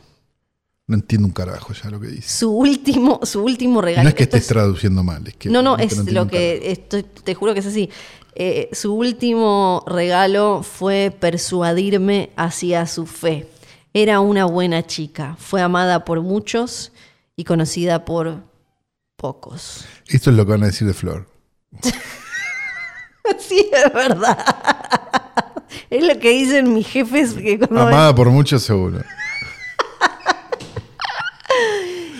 Speaker 3: No entiendo un carajo ya lo que dice.
Speaker 2: su último, su último regalo.
Speaker 3: No es que
Speaker 2: Esto
Speaker 3: estés traduciendo mal, es que
Speaker 2: no, no,
Speaker 3: realmente
Speaker 2: es
Speaker 3: entiendo
Speaker 2: lo
Speaker 3: un
Speaker 2: que estoy- te juro que es así. Eh, su último regalo fue persuadirme hacia su fe. Era una buena chica, fue amada por muchos y conocida por pocos. *laughs*
Speaker 3: carajo. Esto es lo que van a decir de Flor.
Speaker 2: Sí, es verdad. Es lo que dicen mis jefes que cuando
Speaker 3: Amada por muchos seguro.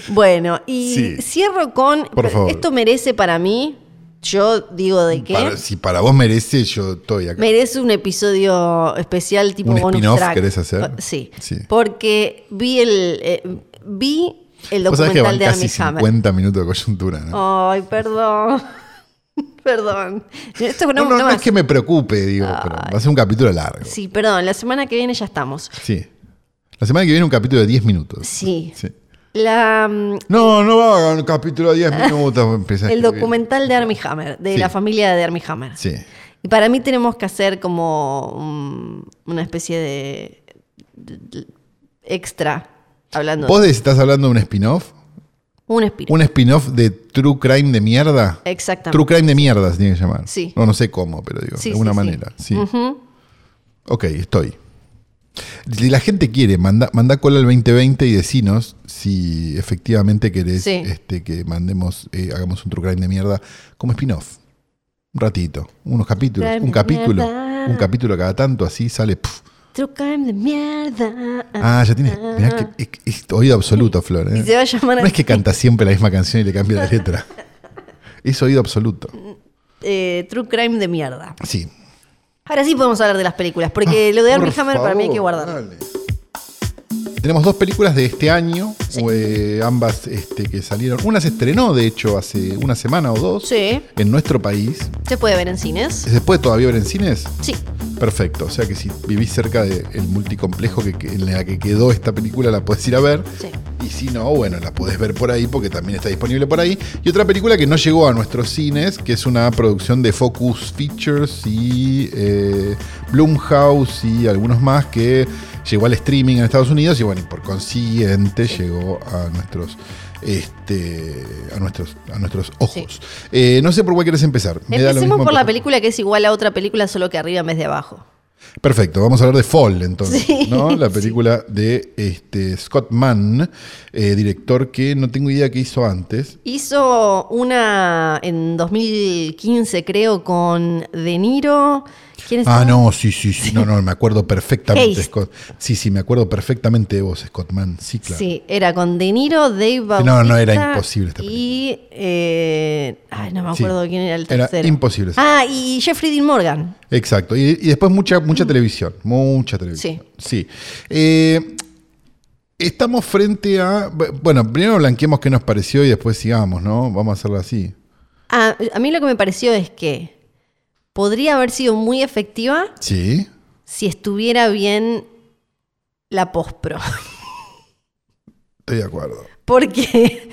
Speaker 2: Bueno, y
Speaker 3: Sí.
Speaker 2: cierro con
Speaker 3: Por favor.
Speaker 2: esto merece para mí, yo digo de qué.
Speaker 3: Para- si para vos merece, yo estoy acá.
Speaker 2: Merece un episodio especial tipo
Speaker 3: ¿Un
Speaker 2: bonus
Speaker 3: spin-off
Speaker 2: track.
Speaker 3: querés hacer?
Speaker 2: Uh, Sí,
Speaker 3: Sí.
Speaker 2: Porque vi el eh, vi el
Speaker 3: Vos sabés que van
Speaker 2: documental de
Speaker 3: casi
Speaker 2: Armie Hammer. Oh,
Speaker 3: 50 minutos de coyuntura, ¿no?
Speaker 2: Ay, perdón. *laughs* perdón. Esto
Speaker 3: No,
Speaker 2: no,
Speaker 3: no,
Speaker 2: no
Speaker 3: no
Speaker 2: más.
Speaker 3: es que me preocupe, digo, pero va a ser un capítulo largo.
Speaker 2: Sí, perdón, la semana que viene ya estamos.
Speaker 3: Sí. La semana que viene un capítulo de 10 minutos.
Speaker 2: Sí.
Speaker 3: Sí.
Speaker 2: La, mm,
Speaker 3: No, no va a haber un capítulo de 10 minutos. empezá a
Speaker 2: Ah. el
Speaker 3: escribir.
Speaker 2: documental de Armie Hammer, de
Speaker 3: Sí.
Speaker 2: la familia de Armie Hammer.
Speaker 3: Sí.
Speaker 2: Y para mí tenemos que hacer como un- una especie de, de- de- extra hablando
Speaker 3: ¿Vos de- estás hablando de un spin-off?
Speaker 2: un espíritu.
Speaker 3: ¿Un spin-off de True Crime de mierda?
Speaker 2: Exactamente.
Speaker 3: True Crime de mierda se tiene que llamar.
Speaker 2: Sí.
Speaker 3: No, no sé cómo, pero digo,
Speaker 2: Sí,
Speaker 3: de alguna
Speaker 2: sí, sí.
Speaker 3: manera. Sí. Ok, estoy. Si la gente quiere, manda, manda cola al 2020 y decinos si efectivamente querés
Speaker 2: Sí.
Speaker 3: este, que mandemos, eh, hagamos un true crime de mierda como spin-off. Un ratito, unos capítulos,
Speaker 2: Crime
Speaker 3: un
Speaker 2: de
Speaker 3: capítulo,
Speaker 2: mierda.
Speaker 3: un capítulo cada tanto, así sale. puf.
Speaker 2: True crime de mierda.
Speaker 3: Ah, ya tienes. Mirá que es, es oído absoluto, Flor. ¿eh?
Speaker 2: Y se va a llamar
Speaker 3: No es que
Speaker 2: así.
Speaker 3: canta siempre la misma canción y le cambia la
Speaker 2: *laughs*
Speaker 3: letra. Es oído absoluto.
Speaker 2: Eh, true crime de mierda.
Speaker 3: Sí.
Speaker 2: Ahora sí podemos hablar de las películas, porque lo de Armie
Speaker 3: Ah, Por
Speaker 2: Hammer para mí hay que
Speaker 3: favor,
Speaker 2: guardarlo.
Speaker 3: dale. Tenemos dos películas de este año, eh, ambas este, que salieron. Una se estrenó, de hecho, hace una semana o dos
Speaker 2: Sí.
Speaker 3: en nuestro país.
Speaker 2: ¿Se puede ver en cines?
Speaker 3: ¿Se puede todavía ver en cines?
Speaker 2: Sí.
Speaker 3: Perfecto. O sea que si vivís cerca del multicomplejo que, que- en la que quedó esta película, la podés ir a ver.
Speaker 2: Sí.
Speaker 3: Y si no, bueno, la podés ver por ahí porque también está disponible por ahí. Y otra película que no llegó a nuestros cines, que es una producción de Focus Features y eh, Blumhouse y algunos más que llegó al streaming en Estados Unidos y bueno, y por consiguiente llegó a nuestros este, a nuestros a nuestros ojos. Eh, no sé por cuál quieres empezar. Me da lo
Speaker 2: Empecemos
Speaker 3: mismo,
Speaker 2: por la
Speaker 3: pero-
Speaker 2: película que es igual a otra película, solo que arriba en vez de abajo.
Speaker 3: Perfecto, vamos a hablar de Fall entonces,
Speaker 2: Sí.
Speaker 3: ¿no? La película de este, Scott Mann, eh, director que no tengo idea qué hizo antes.
Speaker 2: Hizo una en 2015, creo, con De Niro. ¿Quién es?
Speaker 3: Ah, no, sí, sí, sí, no, no, me acuerdo perfectamente,
Speaker 2: Haste.
Speaker 3: Scott. Sí, sí, me acuerdo perfectamente de vos, Scott Mann, sí, claro.
Speaker 2: Sí, era con De Niro, Dave Bautista.
Speaker 3: no, era imposible esta
Speaker 2: Y. eh, ay, no me
Speaker 3: Sí.
Speaker 2: acuerdo quién era el
Speaker 3: Era
Speaker 2: tercero.
Speaker 3: imposible.
Speaker 2: Ah, y Jeffrey Dean Morgan.
Speaker 3: Exacto, y, y después mucha,
Speaker 2: Mm.
Speaker 3: mucha televisión, mucha televisión. Sí. Eh, estamos frente a, bueno, primero blanqueemos qué nos pareció y después sigamos, ¿no? Vamos a hacerlo así.
Speaker 2: a, Ah, a mí lo que me pareció es que podría haber sido muy efectiva
Speaker 3: Sí.
Speaker 2: si estuviera bien la postpro. *laughs*
Speaker 3: Estoy de acuerdo.
Speaker 2: Porque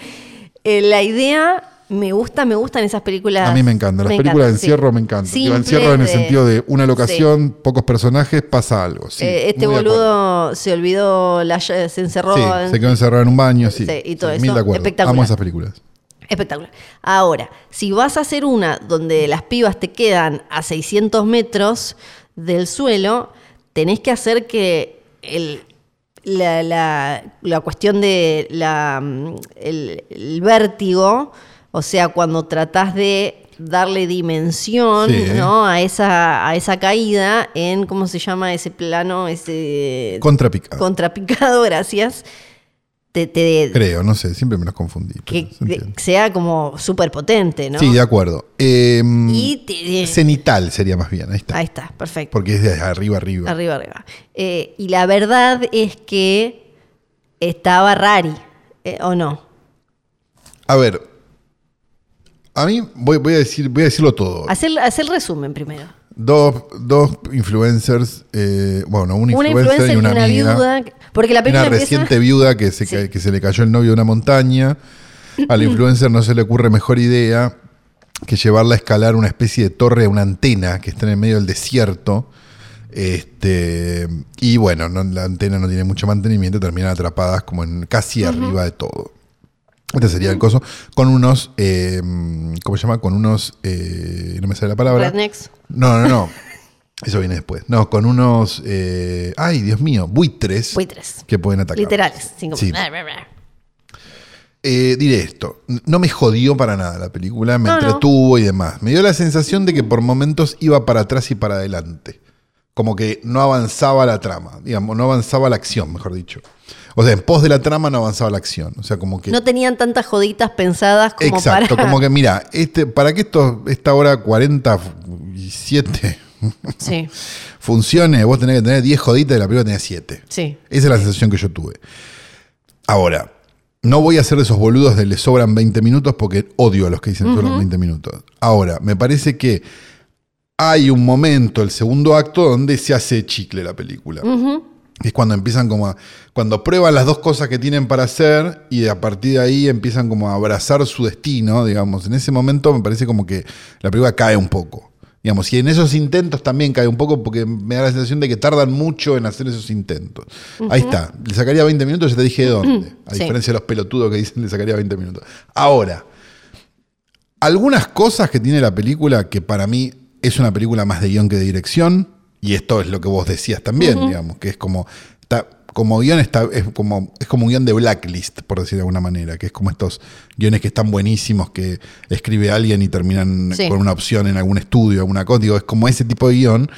Speaker 2: eh, la idea me gusta, me gustan esas películas.
Speaker 3: A mí me encantan. Las películas de
Speaker 2: Ah, sí.
Speaker 3: encierro me encantan. Digo,
Speaker 2: Simples
Speaker 3: encierro en el
Speaker 2: de-
Speaker 3: sentido de una locación, pocos personajes, pasa algo. Sí,
Speaker 2: Eh, este
Speaker 3: muy de acuerdo.
Speaker 2: boludo se olvidó, la, ll- se encerró.
Speaker 3: Sí,
Speaker 2: en-
Speaker 3: se quedó encerrado en un baño, sí.
Speaker 2: Sí, y todo
Speaker 3: Sí,
Speaker 2: eso.
Speaker 3: Mil de acuerdo.
Speaker 2: Espectacular.
Speaker 3: Amo esas películas.
Speaker 2: Espectacular. Ahora, si vas a hacer una donde las pibas te quedan a 600 metros del suelo, tenés que hacer que el- la, la- la cuestión de la, mm, el, el vértigo, o sea, cuando tratás de darle dimensión
Speaker 3: Sí.
Speaker 2: ¿no? a, esa, a esa caída en, ¿cómo se llama ese plano? Ese
Speaker 3: Contrapicada.
Speaker 2: contrapicado, gracias. Te, te,
Speaker 3: Creo, no sé, siempre me los confundí. pero
Speaker 2: que
Speaker 3: se entiende.
Speaker 2: sea como súper potente, ¿no?
Speaker 3: Sí, de acuerdo. Eh,
Speaker 2: Y te-
Speaker 3: Cenital sería más bien, ahí está.
Speaker 2: ahí está, perfecto.
Speaker 3: Porque es de arriba arriba.
Speaker 2: Arriba, arriba. Eh, y la verdad es que estaba Rari, eh, ¿o no?
Speaker 3: A ver. A mí voy, voy a decir, voy a decirlo todo.
Speaker 2: Hacer, hacer el resumen primero.
Speaker 3: Dos, dos influencers, eh, bueno, un
Speaker 2: Una
Speaker 3: influencer,
Speaker 2: influencer
Speaker 3: y una, amiga.
Speaker 2: viuda. que- Porque la película
Speaker 3: una
Speaker 2: empieza.
Speaker 3: reciente viuda que se, ca- que se le cayó el novio de una montaña. A la influencer no se le ocurre mejor idea que llevarla a escalar una especie de torre, una antena que está en el medio del desierto. Este, y bueno, no- la antena no tiene mucho mantenimiento, terminan atrapadas como en casi arriba de todo. Este sería el coso. Con unos, eh, ¿cómo se llama? Con unos, eh, no me sale la palabra.
Speaker 2: Rednecks.
Speaker 3: No, no, no. Eso viene después. No, con unos, eh, ay, Dios mío, buitres.
Speaker 2: Buitres.
Speaker 3: Que pueden atacar.
Speaker 2: Literales. sin como-
Speaker 3: Ah, Sí. Eh, diré esto, no me jodió para nada la película, me
Speaker 2: No, no.
Speaker 3: entretuvo y demás. Me dio la sensación de que por momentos iba para atrás y para adelante. Como que no avanzaba la trama, digamos, no avanzaba la acción, mejor dicho. O sea, en pos de la trama no avanzaba la acción. O sea, como que...
Speaker 2: No tenían tantas joditas pensadas como
Speaker 3: Exacto,
Speaker 2: para.
Speaker 3: como
Speaker 2: *laughs*
Speaker 3: que mira, este, para que esto, esta hora 47
Speaker 2: Sí,
Speaker 3: *laughs* funcione, vos tenés que tener 10 joditas y la película tenía 7.
Speaker 2: sí.
Speaker 3: Esa es la sensación que yo tuve. Ahora, no voy a ser de esos boludos de le sobran 20 minutos porque odio a los que dicen sobran 20 minutos. Ahora, me parece que hay un momento, el segundo acto, donde se hace chicle la película. Es cuando empiezan como a, cuando prueban las dos cosas que tienen para hacer y a partir de ahí empiezan como a abrazar su destino, digamos. En ese momento me parece como que la película cae un poco. Digamos, y en esos intentos también cae un poco porque me da la sensación de que tardan mucho en hacer esos intentos. Ahí está. Le sacaría 20 minutos, ya te dije de dónde. A
Speaker 2: Sí.
Speaker 3: diferencia de los pelotudos que dicen le sacaría 20 minutos. Ahora, algunas cosas que tiene la película que para mí es una película más de guión que de dirección, y esto es lo que vos decías también, digamos, que es como, está- como guión está, es como, es como un guión de blacklist, por decir de alguna manera, que es como estos guiones que están buenísimos, que escribe alguien y terminan
Speaker 2: Sí.
Speaker 3: con una opción en algún estudio, alguna cosa, digo, es como ese tipo de guión.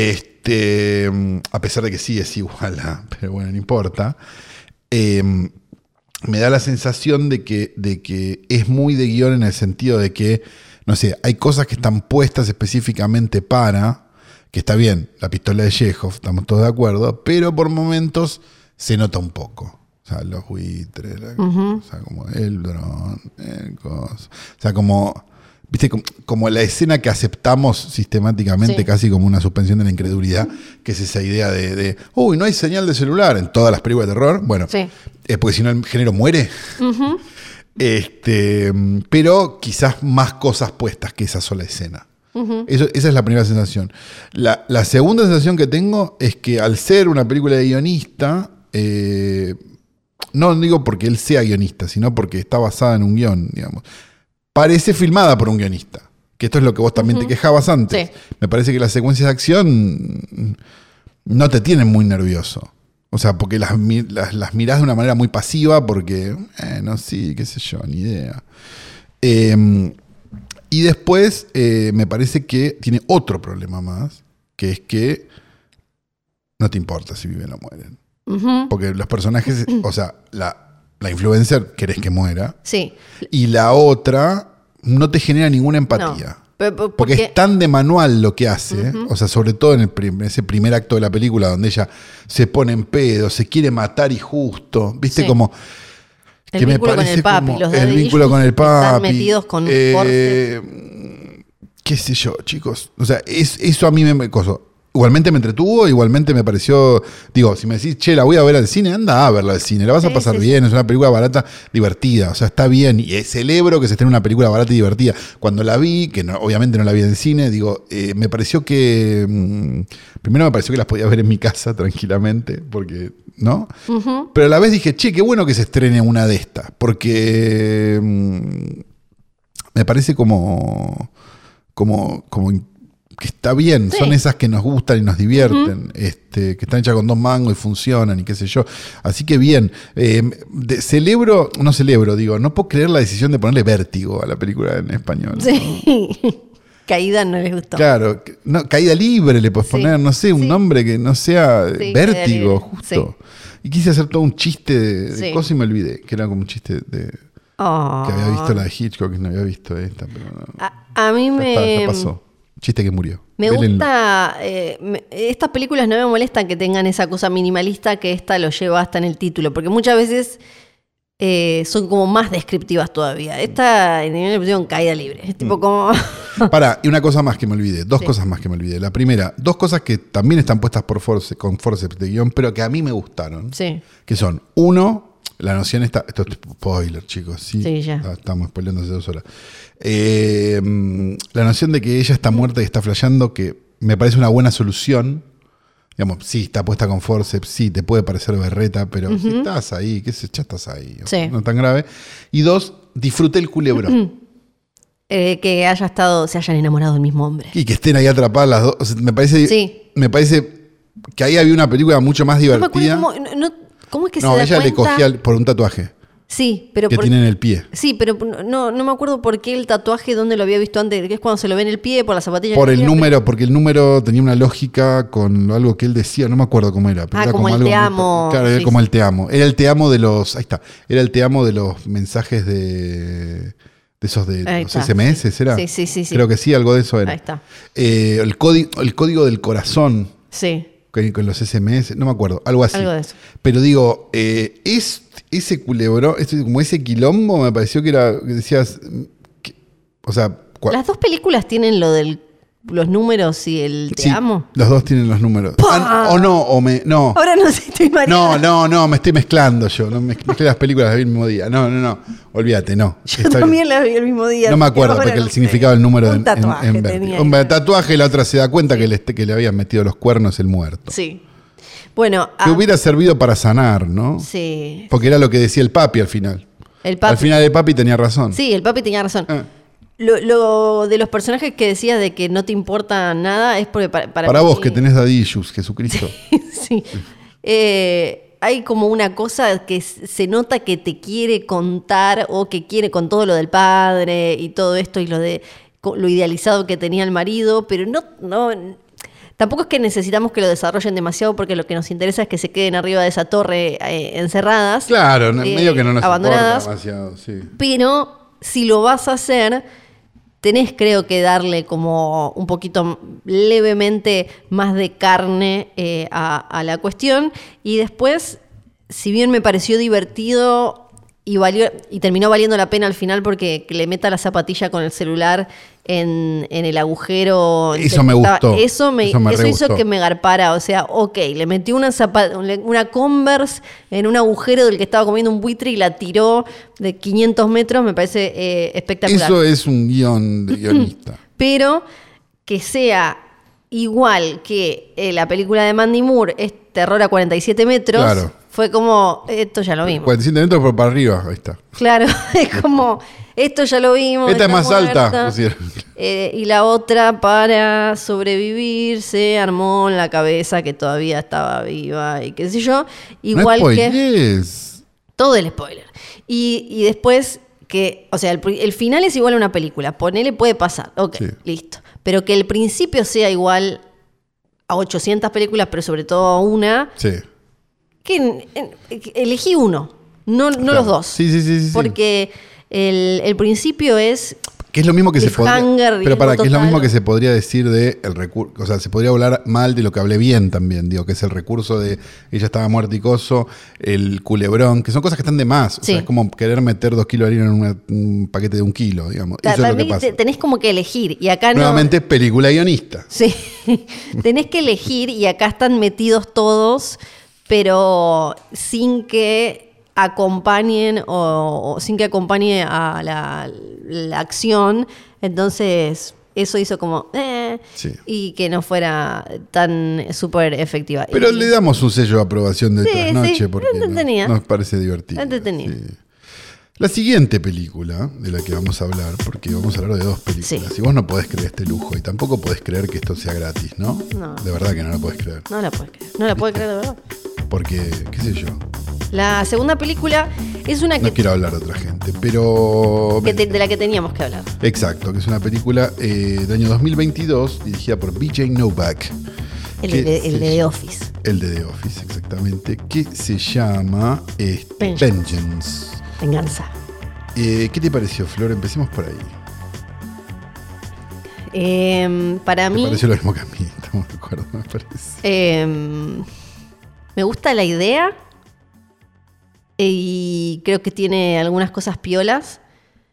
Speaker 3: Este, a pesar de que sí es igual, a- *laughs* pero bueno, no importa. Em, me da la sensación de que, de que es muy de guión en el sentido de que, no sé, hay cosas que están puestas específicamente para, que está bien, la pistola de Chekhov, estamos todos de acuerdo, pero por momentos se nota un poco. O sea, los buitres, la- o sea, como el dron, el coso. O sea, como, viste, como, como la escena que aceptamos sistemáticamente,
Speaker 2: Sí.
Speaker 3: casi como una suspensión de la incredulidad, que es esa idea de, de, uy, no hay señal de celular en todas las películas de terror. Bueno,
Speaker 2: Sí.
Speaker 3: eh, porque si no el género muere. Este, mm, pero quizás más cosas puestas que esa sola escena. Eso- esa es la primera sensación. La, la segunda sensación que tengo es que al ser una película de guionista, eh, no digo porque él sea guionista, sino porque está basada en un guión, digamos. Parece filmada por un guionista. Que esto es lo que vos también te quejabas antes. Me parece que las secuencias de acción mm, no te tienen muy nervioso. O sea, porque las, mi- las, las mirás de una manera muy pasiva, porque, eh, no, sí, qué sé yo, ni idea. Eh, y después eh, me parece que tiene otro problema más, que es que no te importa si viven o mueren.
Speaker 2: Ujú,
Speaker 3: Porque los personajes,
Speaker 2: Mm.
Speaker 3: o sea, la, la influencer querés que muera,
Speaker 2: Sí.
Speaker 3: y la otra no te genera ninguna empatía.
Speaker 2: No, pero- pero-
Speaker 3: Porque,
Speaker 2: porque-
Speaker 3: es tan de manual lo que hace, o sea, sobre todo en el prim- ese primer acto de la película donde ella se pone en pedo, se quiere matar y justo, viste
Speaker 2: Sí.
Speaker 3: como
Speaker 2: El
Speaker 3: que me
Speaker 2: vínculo con
Speaker 3: parece
Speaker 2: el papi,
Speaker 3: como
Speaker 2: los
Speaker 3: el
Speaker 2: daddy
Speaker 3: vínculo con el
Speaker 2: issues que
Speaker 3: papi.
Speaker 2: están metidos con un
Speaker 3: eh, Qué sé yo, chicos. O sea, es, eso a mí me, me coso. Igualmente me entretuvo, igualmente me pareció. Digo, si me decís, che, la voy a ver al cine, anda a verla al cine, la vas a
Speaker 2: Sí,
Speaker 3: pasar
Speaker 2: sí,
Speaker 3: bien, es una película barata, divertida, o sea, está bien. Y eh, celebro que se estrene una película barata y divertida. Cuando la vi, que no- obviamente no la vi en cine, digo, eh, me pareció que. mm, primero me pareció que las podía ver en mi casa tranquilamente, porque, ¿no? Pero a la vez dije, che, qué bueno que se estrene una de estas, porque mm, me parece como, como, como in- que está bien,
Speaker 2: Sí.
Speaker 3: son esas que nos gustan y nos divierten, este, que están hechas con dos mangos y funcionan y qué sé yo. Así que bien, eh, de- celebro, no celebro, digo, no puedo creer la decisión de ponerle vértigo a la película en español.
Speaker 2: *laughs* Sí. Caída no les gustó.
Speaker 3: Claro, que- no, caída libre le puedes
Speaker 2: Sí,
Speaker 3: poner, no sé, un
Speaker 2: sí.
Speaker 3: nombre que no sea
Speaker 2: Sí, Caída Libre,
Speaker 3: vértigo, justo. Y quise hacer todo un chiste de, de
Speaker 2: Sí.
Speaker 3: cosa y me olvidé, que era como un chiste de, que
Speaker 2: Oh.
Speaker 3: había visto la de Hitchcock y no había visto esta, pero no.
Speaker 2: A, Ah, a mí
Speaker 3: Ya
Speaker 2: me.
Speaker 3: está, ya pasó. Chiste que murió.
Speaker 2: Me
Speaker 3: Vélenlo.
Speaker 2: gusta, eh, me- estas películas no me molestan que tengan esa cosa minimalista que esta lo lleva hasta en el título, porque muchas veces eh, son como más descriptivas todavía. Esta en el pusieron caída libre, es
Speaker 3: Mm.
Speaker 2: tipo como... *laughs*
Speaker 3: Pará, y una cosa más que me olvidé, dos cosas más que me olvidé. La primera, dos cosas que también están puestas por force, con forceps de guión, pero que a mí me gustaron.
Speaker 2: sí,
Speaker 3: Que son, uno, la noción está. Esto es spoiler, chicos. Sí,
Speaker 2: Sí, ya.
Speaker 3: Ah, Estamos spoileando hace dos horas. Eh, mm, la noción de que ella está muerta y está flasheando, que me parece una buena solución. Digamos, sí, está puesta con forceps, sí, te puede parecer berreta, pero si estás ahí, qué sé, ya estás ahí.
Speaker 2: Sí.
Speaker 3: No tan grave. Y dos, disfruté el culebrón.
Speaker 2: Eh, que haya estado, se hayan enamorado del mismo hombre.
Speaker 3: Y que estén ahí atrapadas las dos. O sea, me parece.
Speaker 2: Sí.
Speaker 3: Me parece que ahí había una película mucho más
Speaker 2: No me acuerdo
Speaker 3: divertida.
Speaker 2: cómo, no- no- ¿cómo es que
Speaker 3: no,
Speaker 2: se da
Speaker 3: ella le
Speaker 2: cuenta?
Speaker 3: cogía el- por un tatuaje
Speaker 2: Sí, pero
Speaker 3: que
Speaker 2: por-
Speaker 3: tiene en el pie.
Speaker 2: Sí, pero no, no me acuerdo por qué el tatuaje, dónde lo había visto antes, que es cuando se lo ve en el pie, por la zapatilla.
Speaker 3: Por
Speaker 2: que
Speaker 3: el
Speaker 2: tiene,
Speaker 3: número, porque el número tenía una lógica con algo que él decía, no me acuerdo cómo era. Pero
Speaker 2: Ah,
Speaker 3: era
Speaker 2: como el
Speaker 3: algo
Speaker 2: te
Speaker 3: muy-
Speaker 2: amo.
Speaker 3: Claro, era
Speaker 2: Sí,
Speaker 3: como
Speaker 2: sí.
Speaker 3: el te amo. Era el te amo de los. Ahí está. Era el te amo de los mensajes de. De esos de
Speaker 2: Ahí
Speaker 3: los
Speaker 2: está,
Speaker 3: SMS,
Speaker 2: sí.
Speaker 3: ¿era?
Speaker 2: Sí, sí, sí, sí.
Speaker 3: Creo que sí, algo de eso era.
Speaker 2: Ahí está.
Speaker 3: Eh, el, código, el código del corazón.
Speaker 2: Sí.
Speaker 3: con, con los SMS, no me acuerdo, algo así.
Speaker 2: Algo de eso.
Speaker 3: Pero digo, eh, es, ese culebro, es como ese quilombo, me pareció que era, que decías, mm, que- o sea, cua-
Speaker 2: Las dos películas tienen lo del los números y el te
Speaker 3: sí,
Speaker 2: amo.
Speaker 3: los dos tienen los números. Ah, o no, o me, no.
Speaker 2: Ahora no sé, estoy
Speaker 3: No,
Speaker 2: mareada.
Speaker 3: no, no, me estoy mezclando yo. No, mez- mezclé las películas del mismo día. No, no, no. Olvídate, no.
Speaker 2: Yo
Speaker 3: Está bien.
Speaker 2: también las vi el mismo día.
Speaker 3: No me
Speaker 2: así que
Speaker 3: acuerdo
Speaker 2: ahora
Speaker 3: porque
Speaker 2: no
Speaker 3: el
Speaker 2: sé.
Speaker 3: significado del número
Speaker 2: Un
Speaker 3: en- en,
Speaker 2: tatuaje
Speaker 3: en vértigo.
Speaker 2: tenía.
Speaker 3: Un tatuaje, la otra se da cuenta que, le, este- que le habían metido los cuernos el muerto.
Speaker 2: Sí. Bueno, ah,
Speaker 3: Que hubiera servido para sanar, ¿no?
Speaker 2: sí.
Speaker 3: Porque era lo que decía el papi al final.
Speaker 2: El papi.
Speaker 3: Al final el papi tenía razón.
Speaker 2: Sí, el papi tenía razón.
Speaker 3: Ah.
Speaker 2: Lo, lo de los personajes que decías de que no te importa nada es porque para,
Speaker 3: Para vos
Speaker 2: mí-
Speaker 3: que tenés daddy issues, Jesucristo.
Speaker 2: *laughs* sí. Eh, hay como una cosa que s- se nota que te quiere contar o que quiere con todo lo del padre y todo esto y lo de co- lo idealizado que tenía el marido, pero no, no tampoco es que necesitamos que lo desarrollen demasiado porque lo que nos interesa es que se queden arriba de esa torre eh, encerradas.
Speaker 3: Claro, no-
Speaker 2: eh,
Speaker 3: medio que no nos importa
Speaker 2: abandonadas.
Speaker 3: demasiado, sí.
Speaker 2: Pero si lo vas a hacer, tenés creo que darle como un poquito m- levemente más de carne eh, a, a la cuestión. Y después, si bien me pareció divertido y, valió, y terminó valiendo la pena al final porque que le meta la zapatilla con el celular en, en el agujero. en
Speaker 3: Eso
Speaker 2: que
Speaker 3: me
Speaker 2: estaba-
Speaker 3: gustó.
Speaker 2: Eso, me,
Speaker 3: Eso me
Speaker 2: eso
Speaker 3: re
Speaker 2: hizo
Speaker 3: gustó.
Speaker 2: que me garpara. O sea, ok, le metió una, zapa- le- una Converse en un agujero del que estaba comiendo un buitre y la tiró de 500 metros. Me parece eh, espectacular.
Speaker 3: Eso es un
Speaker 2: *clears throat*
Speaker 3: guión de guionista.
Speaker 2: Pero que sea igual que eh, la película de Mandy Moore, es terror a 47 metros,
Speaker 3: Claro.
Speaker 2: fue como, esto ya lo vimos.
Speaker 3: 47 metros por para arriba, ahí está.
Speaker 2: Claro, *laughs* es como, esto ya lo vimos.
Speaker 3: Esta es
Speaker 2: está
Speaker 3: más alta,
Speaker 2: muerta.
Speaker 3: pusieron.
Speaker 2: Eh, y la otra para sobrevivir se armó en la cabeza que todavía estaba viva y qué sé yo. Igual
Speaker 3: no
Speaker 2: que
Speaker 3: spoilees.
Speaker 2: todo el spoiler. Y, y después que, o sea, el, pri- el final es igual a una película, ponele puede pasar, ok,
Speaker 3: Sí.
Speaker 2: listo. Pero que el principio sea igual a 800 películas, pero sobre todo a una,
Speaker 3: Sí.
Speaker 2: que en- en- que elegí uno, no, no
Speaker 3: Claro.
Speaker 2: los dos.
Speaker 3: Sí, sí, sí, sí, sí.
Speaker 2: Porque el, el principio es
Speaker 3: Que es lo mismo que se
Speaker 2: Cliffhanger
Speaker 3: podría.
Speaker 2: bien
Speaker 3: Pero para que es lo
Speaker 2: total.
Speaker 3: mismo que se podría decir de el recurso. O sea, se podría hablar mal de lo que hablé bien también, digo, que es el recurso de ella estaba muerta y coso, el culebrón, que son cosas que están de más. O
Speaker 2: Sí.
Speaker 3: sea, es como querer meter dos kilos de harina en una- un paquete de un kilo, digamos.
Speaker 2: Ta-
Speaker 3: Eso es
Speaker 2: para
Speaker 3: lo que
Speaker 2: mí
Speaker 3: pasa.
Speaker 2: te- tenés como que elegir y acá no.
Speaker 3: Nuevamente, película guionista.
Speaker 2: Sí, *laughs* tenés que elegir y acá están metidos todos, pero sin que acompañen o, o sin que acompañe a la, la acción. Entonces, eso hizo como... eh,
Speaker 3: Sí.
Speaker 2: Y que no fuera tan súper efectiva.
Speaker 3: Pero
Speaker 2: Y-
Speaker 3: le damos un sello de aprobación de
Speaker 2: Eh, Sí,
Speaker 3: trasnoche
Speaker 2: sí,
Speaker 3: porque no-
Speaker 2: entretenida.
Speaker 3: nos parece divertido.
Speaker 2: Entretenida.
Speaker 3: La siguiente película de la que vamos a hablar, porque vamos a hablar de dos películas,
Speaker 2: Sí.
Speaker 3: y vos no podés creer este lujo, y tampoco podés creer que esto sea gratis, ¿no?
Speaker 2: No.
Speaker 3: De verdad que no lo podés creer.
Speaker 2: No la puedo creer, no la puedo creer de verdad.
Speaker 3: Porque, qué sé yo,
Speaker 2: La segunda película es una que,
Speaker 3: no quiero hablar de otra gente, pero...
Speaker 2: que te- de la que teníamos que hablar.
Speaker 3: Exacto, que es una película eh, del año 2022 dirigida por BJ Novak,
Speaker 2: El,
Speaker 3: Que-
Speaker 2: de- el
Speaker 3: sí.
Speaker 2: de The Office.
Speaker 3: el de The Office exactamente, que se llama este,
Speaker 2: Vengeance.
Speaker 3: Vengeance.
Speaker 2: Venganza.
Speaker 3: Eh, ¿Qué te pareció, Flor? Empecemos por ahí.
Speaker 2: Em, para
Speaker 3: ¿Te
Speaker 2: mí...
Speaker 3: pareció lo mismo que a mí? *laughs* Estamos de acuerdo, me parece.
Speaker 2: Eh, me gusta la idea eh, y creo que tiene algunas cosas piolas,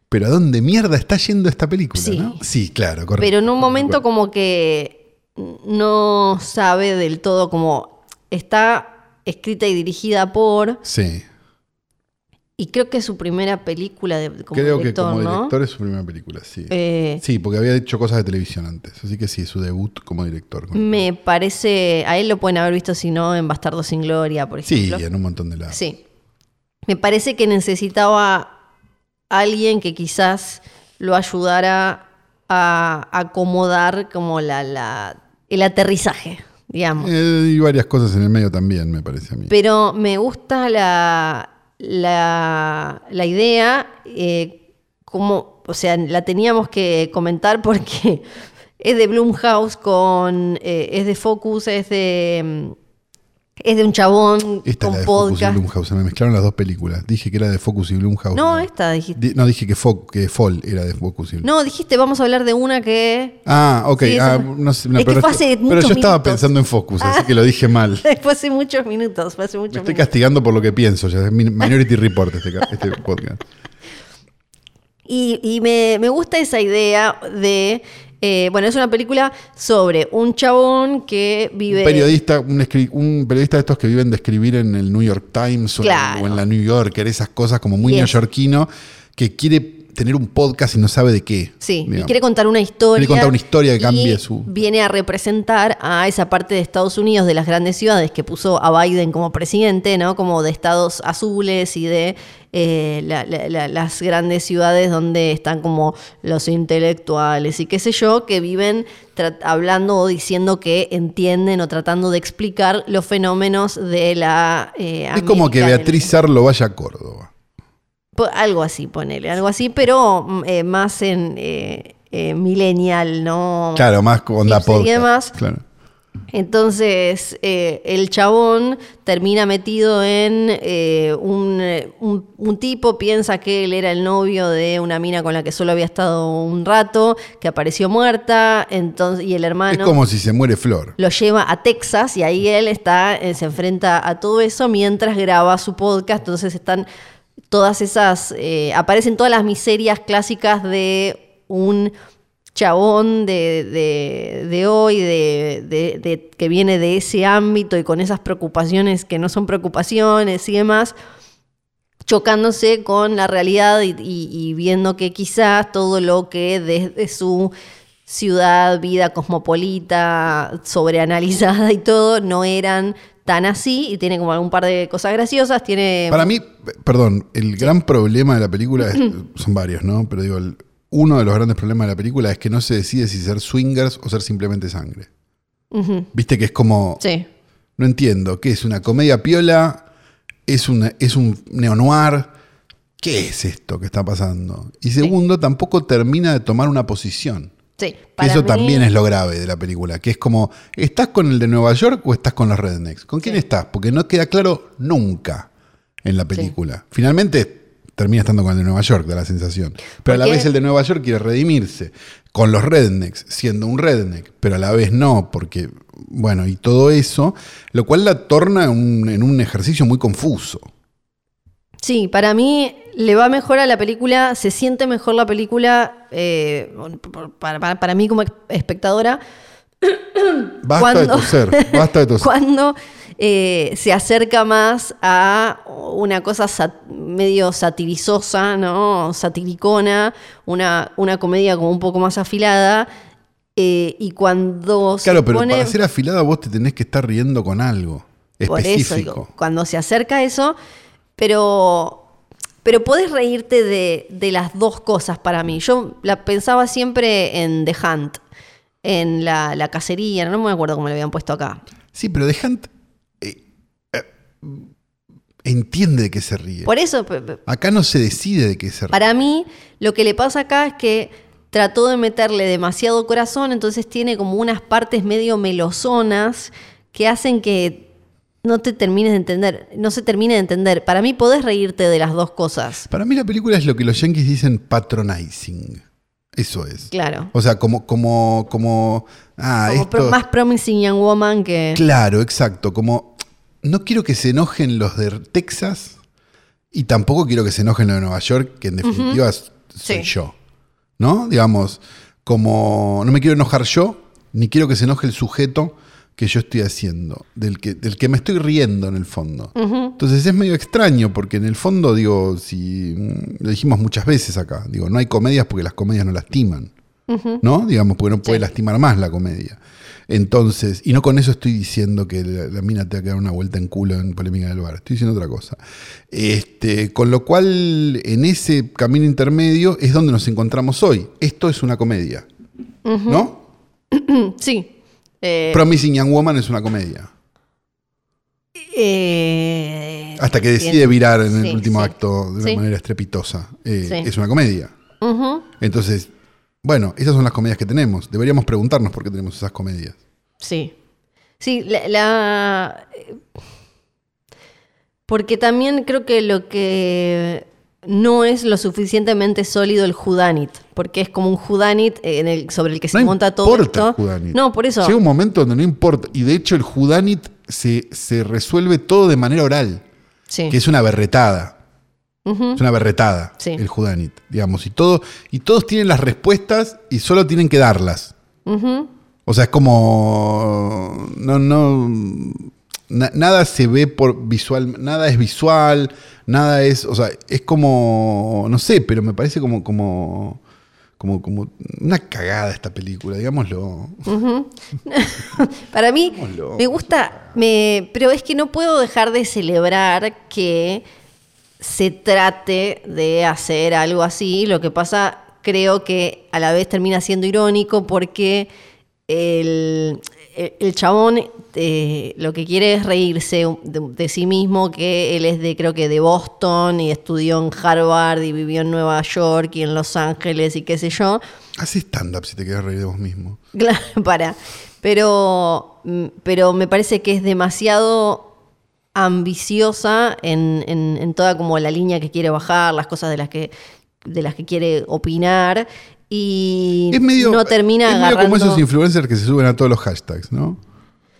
Speaker 3: Pero ¿a dónde mierda está yendo esta película,
Speaker 2: Sí.
Speaker 3: no? Sí, claro, correcto.
Speaker 2: pero en un momento como que no sabe del todo como está escrita y dirigida por
Speaker 3: Sí,
Speaker 2: y creo que es su primera película de, como
Speaker 3: creo
Speaker 2: director,
Speaker 3: que como
Speaker 2: ¿no?
Speaker 3: director es su primera película, sí.
Speaker 2: Eh,
Speaker 3: sí, porque había hecho cosas de televisión antes, así que sí, su debut como director.
Speaker 2: me parece a él lo pueden haber visto si no en Bastardo sin Gloria, por
Speaker 3: sí,
Speaker 2: ejemplo.
Speaker 3: en un montón de lados.
Speaker 2: Sí. Me parece que necesitaba alguien que quizás lo ayudara a acomodar como la, la- el aterrizaje, digamos.
Speaker 3: Eh, y varias cosas en el medio también, me parece a mí.
Speaker 2: Pero me gusta la, la, la idea, eh, como, o sea, la teníamos que comentar porque *laughs* es de Blumhouse con, eh, es de Focus, es de, mm, es de un chabón
Speaker 3: Esta es
Speaker 2: con
Speaker 3: la de
Speaker 2: podcast.
Speaker 3: Focus y Blumhouse, me mezclaron las dos películas. Dije que era de Focus y Blumhouse.
Speaker 2: No, esta dijiste.
Speaker 3: Di- no, dije que, Fo- que Fall era de Focus y Blumhouse.
Speaker 2: No, dijiste, vamos a hablar de una que. *laughs*
Speaker 3: Ah, ok.
Speaker 2: Sí, esa
Speaker 3: ah,
Speaker 2: fue-
Speaker 3: no sé, no,
Speaker 2: Es que
Speaker 3: pero
Speaker 2: fue hace
Speaker 3: pero
Speaker 2: muchos
Speaker 3: yo estaba
Speaker 2: minutos.
Speaker 3: pensando en Focus, así que lo dije mal.
Speaker 2: Fue hace *laughs* muchos minutos, fue hace muchos
Speaker 3: Me estoy
Speaker 2: minutos.
Speaker 3: castigando por lo que pienso. Ya es mi- Minority Report este, ca- este podcast.
Speaker 2: Y, y me, me gusta esa idea de. eh, bueno, es una película sobre un chabón que vive.
Speaker 3: Un periodista, un, escri- un periodista de estos que viven de escribir en el New York Times o, en-
Speaker 2: Claro.
Speaker 3: o en la New Yorker, esas cosas como muy
Speaker 2: Yes.
Speaker 3: neoyorquino, que quiere tener un podcast y no sabe de qué.
Speaker 2: Sí, y
Speaker 3: digamos.
Speaker 2: quiere contar una historia.
Speaker 3: Quiere contar una historia que
Speaker 2: y
Speaker 3: cambie su-
Speaker 2: Viene a representar a esa parte de Estados Unidos, de las grandes ciudades que puso a Biden como presidente, ¿no? Como de estados azules y de eh, la- la- la- las grandes ciudades donde están como los intelectuales y qué sé yo, que viven tra- hablando o diciendo que entienden o tratando de explicar los fenómenos de la. eh,
Speaker 3: es como que
Speaker 2: América del-
Speaker 3: Beatriz Sarlo vaya a Córdoba.
Speaker 2: Po- Algo así, ponele, algo así, pero mm, eh, más en eh, eh, millennial, ¿no?
Speaker 3: Claro, más con onda
Speaker 2: Hipster y
Speaker 3: podcast.
Speaker 2: demás.
Speaker 3: Claro.
Speaker 2: Entonces, eh, el chabón termina metido en eh, un, eh, un- un tipo, piensa que él era el novio de una mina con la que solo había estado un rato, que apareció muerta, entonces, y el hermano...
Speaker 3: es como si se muere Flor.
Speaker 2: lo lleva a Texas y ahí él está, eh, se enfrenta a todo eso mientras graba su podcast. Entonces están todas esas, eh, aparecen todas las miserias clásicas de un chabón de, de- de hoy, de, de- de- que viene de ese ámbito y con esas preocupaciones que no son preocupaciones y demás chocándose con la realidad y, y- y viendo que quizás todo lo que desde su ciudad, vida cosmopolita, sobreanalizada y todo, no eran tan así y tiene como algún par de cosas graciosas, tiene...
Speaker 3: Para mí, p- perdón, el gran problema de la
Speaker 2: *clears throat*
Speaker 3: película es- son varios, ¿no? Pero digo, el- uno de los grandes problemas de la película es que no se decide si ser swingers o ser simplemente sangre.
Speaker 2: Ujú,
Speaker 3: Viste que es como.
Speaker 2: Sí.
Speaker 3: No entiendo. ¿Qué es una comedia piola? ¿Es, una, es un neo-noir? ¿Qué es esto que está pasando? Y segundo, tampoco termina de tomar una posición.
Speaker 2: Sí,
Speaker 3: Que
Speaker 2: para
Speaker 3: Eso
Speaker 2: mí-
Speaker 3: también es lo grave de la película, que es como, ¿estás con el de Nueva York o estás con los Rednecks? ¿Con quién estás? Porque no queda claro nunca en la película. Finalmente termina estando con el de Nueva York, da la sensación. Pero a la
Speaker 2: Porque-
Speaker 3: vez el de Nueva York quiere redimirse con los rednecks, siendo un redneck, pero a la vez no, porque, bueno, y todo eso, lo cual la torna un- en un ejercicio muy confuso.
Speaker 2: Sí, para mí le va mejor a la película, se siente mejor la película, eh, por- para, para- para mí como espectadora,
Speaker 3: Basta de
Speaker 2: Cuando-
Speaker 3: toser,
Speaker 2: *laughs*
Speaker 3: basta de toser.
Speaker 2: cuando eh, se acerca más a una cosa sat- medio satirizosa, ¿no? Satiricona, una, una comedia como un poco más afilada, eh, y cuando
Speaker 3: Claro,
Speaker 2: se
Speaker 3: pero
Speaker 2: pone...
Speaker 3: para ser afilada vos te tenés que estar riendo con algo
Speaker 2: Por eso, digo,
Speaker 3: específico.
Speaker 2: cuando se acerca a eso, pero, pero podés reírte de, de las dos cosas para mí. Yo la pensaba siempre en The Hunt, en la, la cacería, no me acuerdo cómo le habían puesto acá.
Speaker 3: Sí, pero The Hunt eh, eh, entiende de qué se ríe.
Speaker 2: Por eso, pe- pe-
Speaker 3: Acá no se decide de qué se ríe.
Speaker 2: para mí, lo que le pasa acá es que trató de meterle demasiado corazón, entonces tiene como unas partes medio melosonas que hacen que no te termines de entender, no se termine de entender. Para mí podés reírte de las dos cosas.
Speaker 3: Para mí la película es lo que los yankees dicen patronizing. Eso es.
Speaker 2: Claro.
Speaker 3: O sea, como, como, como, ah,
Speaker 2: Como
Speaker 3: esto.
Speaker 2: pro- más promising young woman que.
Speaker 3: Claro, exacto. Como no quiero que se enojen los de Texas y tampoco quiero que se enojen los de Nueva York, que en definitiva soy
Speaker 2: Sí.
Speaker 3: yo. ¿No? Digamos, como no me quiero enojar yo, ni quiero que se enoje el sujeto que yo estoy haciendo, del que, del que me estoy riendo en el fondo. Entonces es medio extraño, porque en el fondo, digo, si mm, lo dijimos muchas veces acá, digo, no hay comedias porque las comedias no lastiman. ¿no? Digamos, porque no puede lastimar más la comedia. Entonces, y no con eso estoy diciendo que la, la mina te va a dar una vuelta en culo en Polémica del Bar, estoy diciendo otra cosa. Este, con lo cual, en ese camino intermedio es donde nos encontramos hoy. Esto es una comedia, ¿no?
Speaker 2: Sí. Eh,
Speaker 3: Promising Young Woman es una comedia.
Speaker 2: eh,
Speaker 3: Hasta que
Speaker 2: bien.
Speaker 3: decide virar en
Speaker 2: Sí,
Speaker 3: el último
Speaker 2: sí.
Speaker 3: acto de una
Speaker 2: Sí.
Speaker 3: manera estrepitosa. Eh,
Speaker 2: Sí.
Speaker 3: Es una comedia.
Speaker 2: Ujú,
Speaker 3: Entonces, bueno, esas son las comedias que tenemos. Deberíamos preguntarnos por qué tenemos esas comedias.
Speaker 2: Sí. Sí, la. la- porque también creo que lo que no es lo suficientemente sólido el Judanit, porque es como un Judanit en el, sobre el que se monta todo esto.
Speaker 3: importa el Judanit.
Speaker 2: No, por eso.
Speaker 3: Llega un momento donde no importa. Y de hecho, el Judanit se, se resuelve todo de manera oral,
Speaker 2: Sí.
Speaker 3: que es una berretada. Es una berretada
Speaker 2: Sí.
Speaker 3: el Judanit, digamos. Y, todo, y todos tienen las respuestas y solo tienen que darlas.
Speaker 2: Ujú.
Speaker 3: O sea, es como. No, no. na- nada se ve por visual. Nada es visual. Nada es. O sea, es como. No sé, pero me parece como. como como, como una cagada esta película, digámoslo.
Speaker 2: Para mí,
Speaker 3: Estamos locos,
Speaker 2: me gusta, me, pero es que no puedo dejar de celebrar que se trate de hacer algo así. Lo que pasa, creo que a la vez termina siendo irónico porque el, el- el chabón eh, lo que quiere es reírse de, de sí mismo, que él es de, creo que de Boston y estudió en Harvard y vivió en Nueva York y en Los Ángeles y qué sé yo.
Speaker 3: Haz stand-up si te quieres reír de vos mismo.
Speaker 2: Claro, *laughs* para. Pero, mm, pero me parece que es demasiado ambiciosa en, en- en toda como la línea que quiere bajar, las cosas de las que, de las que quiere opinar. Y
Speaker 3: Es medio,
Speaker 2: no termina
Speaker 3: es medio como
Speaker 2: agarrando-
Speaker 3: esos influencers que se suben a todos los hashtags, ¿no?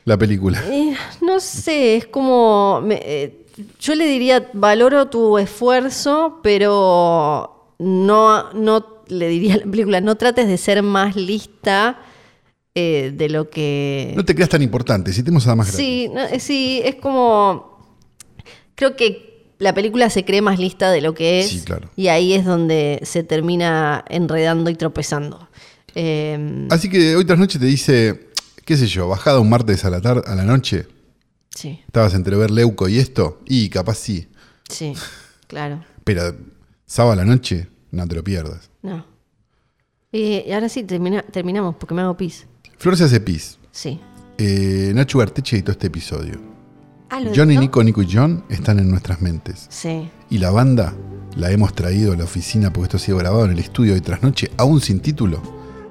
Speaker 3: La película.
Speaker 2: Eh, no sé, es como. me- eh, yo le diría, valoro tu esfuerzo, pero no, no le diría a la película, no trates de ser más lista eh, de lo que.
Speaker 3: No te creas tan importante, si tenemos nada más grande.
Speaker 2: Sí, no, eh, sí, es como. Creo que la película se cree más lista de lo que es.
Speaker 3: Sí, claro.
Speaker 2: Y ahí es donde se termina enredando y tropezando. Eh,
Speaker 3: Así que hoy tras noche te dice, qué sé yo, bajada un martes a la tarde, a la noche,
Speaker 2: sí,
Speaker 3: estabas entre ver Leuco y esto, y capaz sí,
Speaker 2: sí, claro.
Speaker 3: pero sábado a la noche, no te lo pierdas.
Speaker 2: No. Eh, y ahora sí, termina- terminamos porque me hago pis.
Speaker 3: Flor se hace pis.
Speaker 2: Sí.
Speaker 3: Eh, Nacho Garteche editó este episodio.
Speaker 2: Ah, ¿lo
Speaker 3: John y
Speaker 2: editó?
Speaker 3: Nico, Nico y John están en nuestras mentes.
Speaker 2: Sí.
Speaker 3: Y la banda la hemos traído a la oficina porque esto ha sido grabado en el estudio de trasnoche, aún sin título.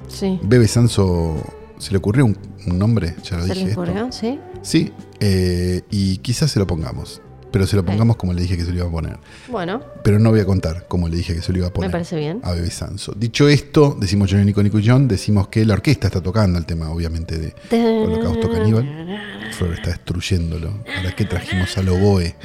Speaker 2: Sí.
Speaker 3: Bebe Sanso se le ocurrió un, un nombre, ya lo
Speaker 2: ¿Se
Speaker 3: dije.
Speaker 2: le
Speaker 3: esto.
Speaker 2: ocurrió? Sí.
Speaker 3: Sí, eh, y quizás se lo pongamos. pero se lo pongamos como le dije que se lo iba a poner.
Speaker 2: Bueno,
Speaker 3: Pero no voy a contar como le dije que se lo iba a poner.
Speaker 2: parece bien.
Speaker 3: A Bebe Sanso. Dicho esto, decimos yo, Nico, Nico y John, decimos que la orquesta está tocando el tema, obviamente, de Holocausto Caníbal. Flor está destruyéndolo. ¿Para qué trajimos al oboe?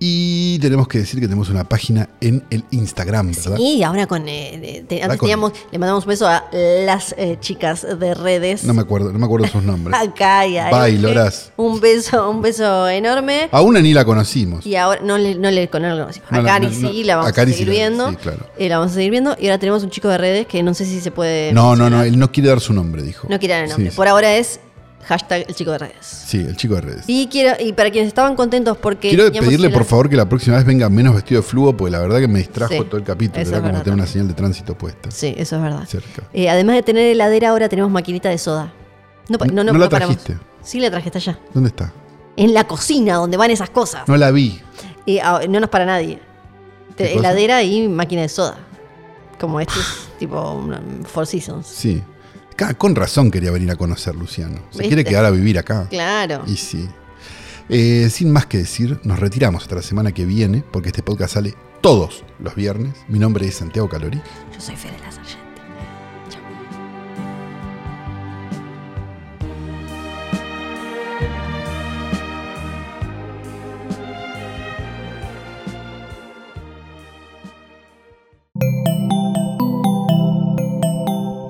Speaker 3: Y tenemos que decir que tenemos una página en el Instagram, ¿verdad?
Speaker 2: y ahora con. eh, te- antes
Speaker 3: con-
Speaker 2: teníamos- le mandamos un beso a las eh, chicas de redes.
Speaker 3: No me acuerdo, no me acuerdo sus nombres.
Speaker 2: Acá y ahí.
Speaker 3: Bye, Loras.
Speaker 2: Un beso, un beso enorme.
Speaker 3: Aún ni la conocimos.
Speaker 2: Y ahora no le, no le con no le conocimos.
Speaker 3: Ah. No,
Speaker 2: a
Speaker 3: no,
Speaker 2: Cari
Speaker 3: no, no.
Speaker 2: sí, la vamos
Speaker 3: A
Speaker 2: a,
Speaker 3: Cari
Speaker 2: seguir
Speaker 3: sí la-
Speaker 2: viendo.
Speaker 3: sí, claro.
Speaker 2: Eh, la vamos a seguir viendo. Y ahora tenemos un chico de redes que no sé si se puede.
Speaker 3: No, no, no, él no quiere dar su nombre, dijo.
Speaker 2: No quiere dar el
Speaker 3: Sí,
Speaker 2: nombre.
Speaker 3: sí.
Speaker 2: Por ahora es hashtag el chico de redes.
Speaker 3: Sí, el chico de redes.
Speaker 2: Y quiero, y para quienes estaban contentos porque.
Speaker 3: Quiero
Speaker 2: teníamos
Speaker 3: pedirle
Speaker 2: el-
Speaker 3: por favor que la próxima vez venga menos vestido de flujo, porque la verdad que me distrajo
Speaker 2: Sí,
Speaker 3: todo el capítulo.
Speaker 2: eso
Speaker 3: Era
Speaker 2: es
Speaker 3: como
Speaker 2: verdad
Speaker 3: tener una señal de tránsito puesta
Speaker 2: Sí, eso es verdad.
Speaker 3: cerca.
Speaker 2: Eh, además de tener heladera, ahora tenemos maquinita de soda. No, pa- no,
Speaker 3: No
Speaker 2: no,
Speaker 3: la
Speaker 2: no paramos.
Speaker 3: trajiste.
Speaker 2: Sí, la traje, está allá.
Speaker 3: ¿Dónde está?
Speaker 2: En la cocina, donde van esas cosas.
Speaker 3: No la vi.
Speaker 2: Y ah, no nos para nadie.
Speaker 3: ¿Qué
Speaker 2: Te-
Speaker 3: cosa?
Speaker 2: heladera y máquina de soda. Como
Speaker 3: *gasps*
Speaker 2: este es tipo un- Four Seasons.
Speaker 3: Sí. Ca- Con razón quería venir a conocer Luciano. Se
Speaker 2: ¿Viste?
Speaker 3: quiere quedar a vivir acá.
Speaker 2: Claro.
Speaker 3: Y sí. Eh, sin más que decir, nos retiramos hasta la semana que viene, porque este podcast sale todos los viernes. Mi nombre es Santiago Calori.
Speaker 2: Yo soy Fede la Sargente. Chao.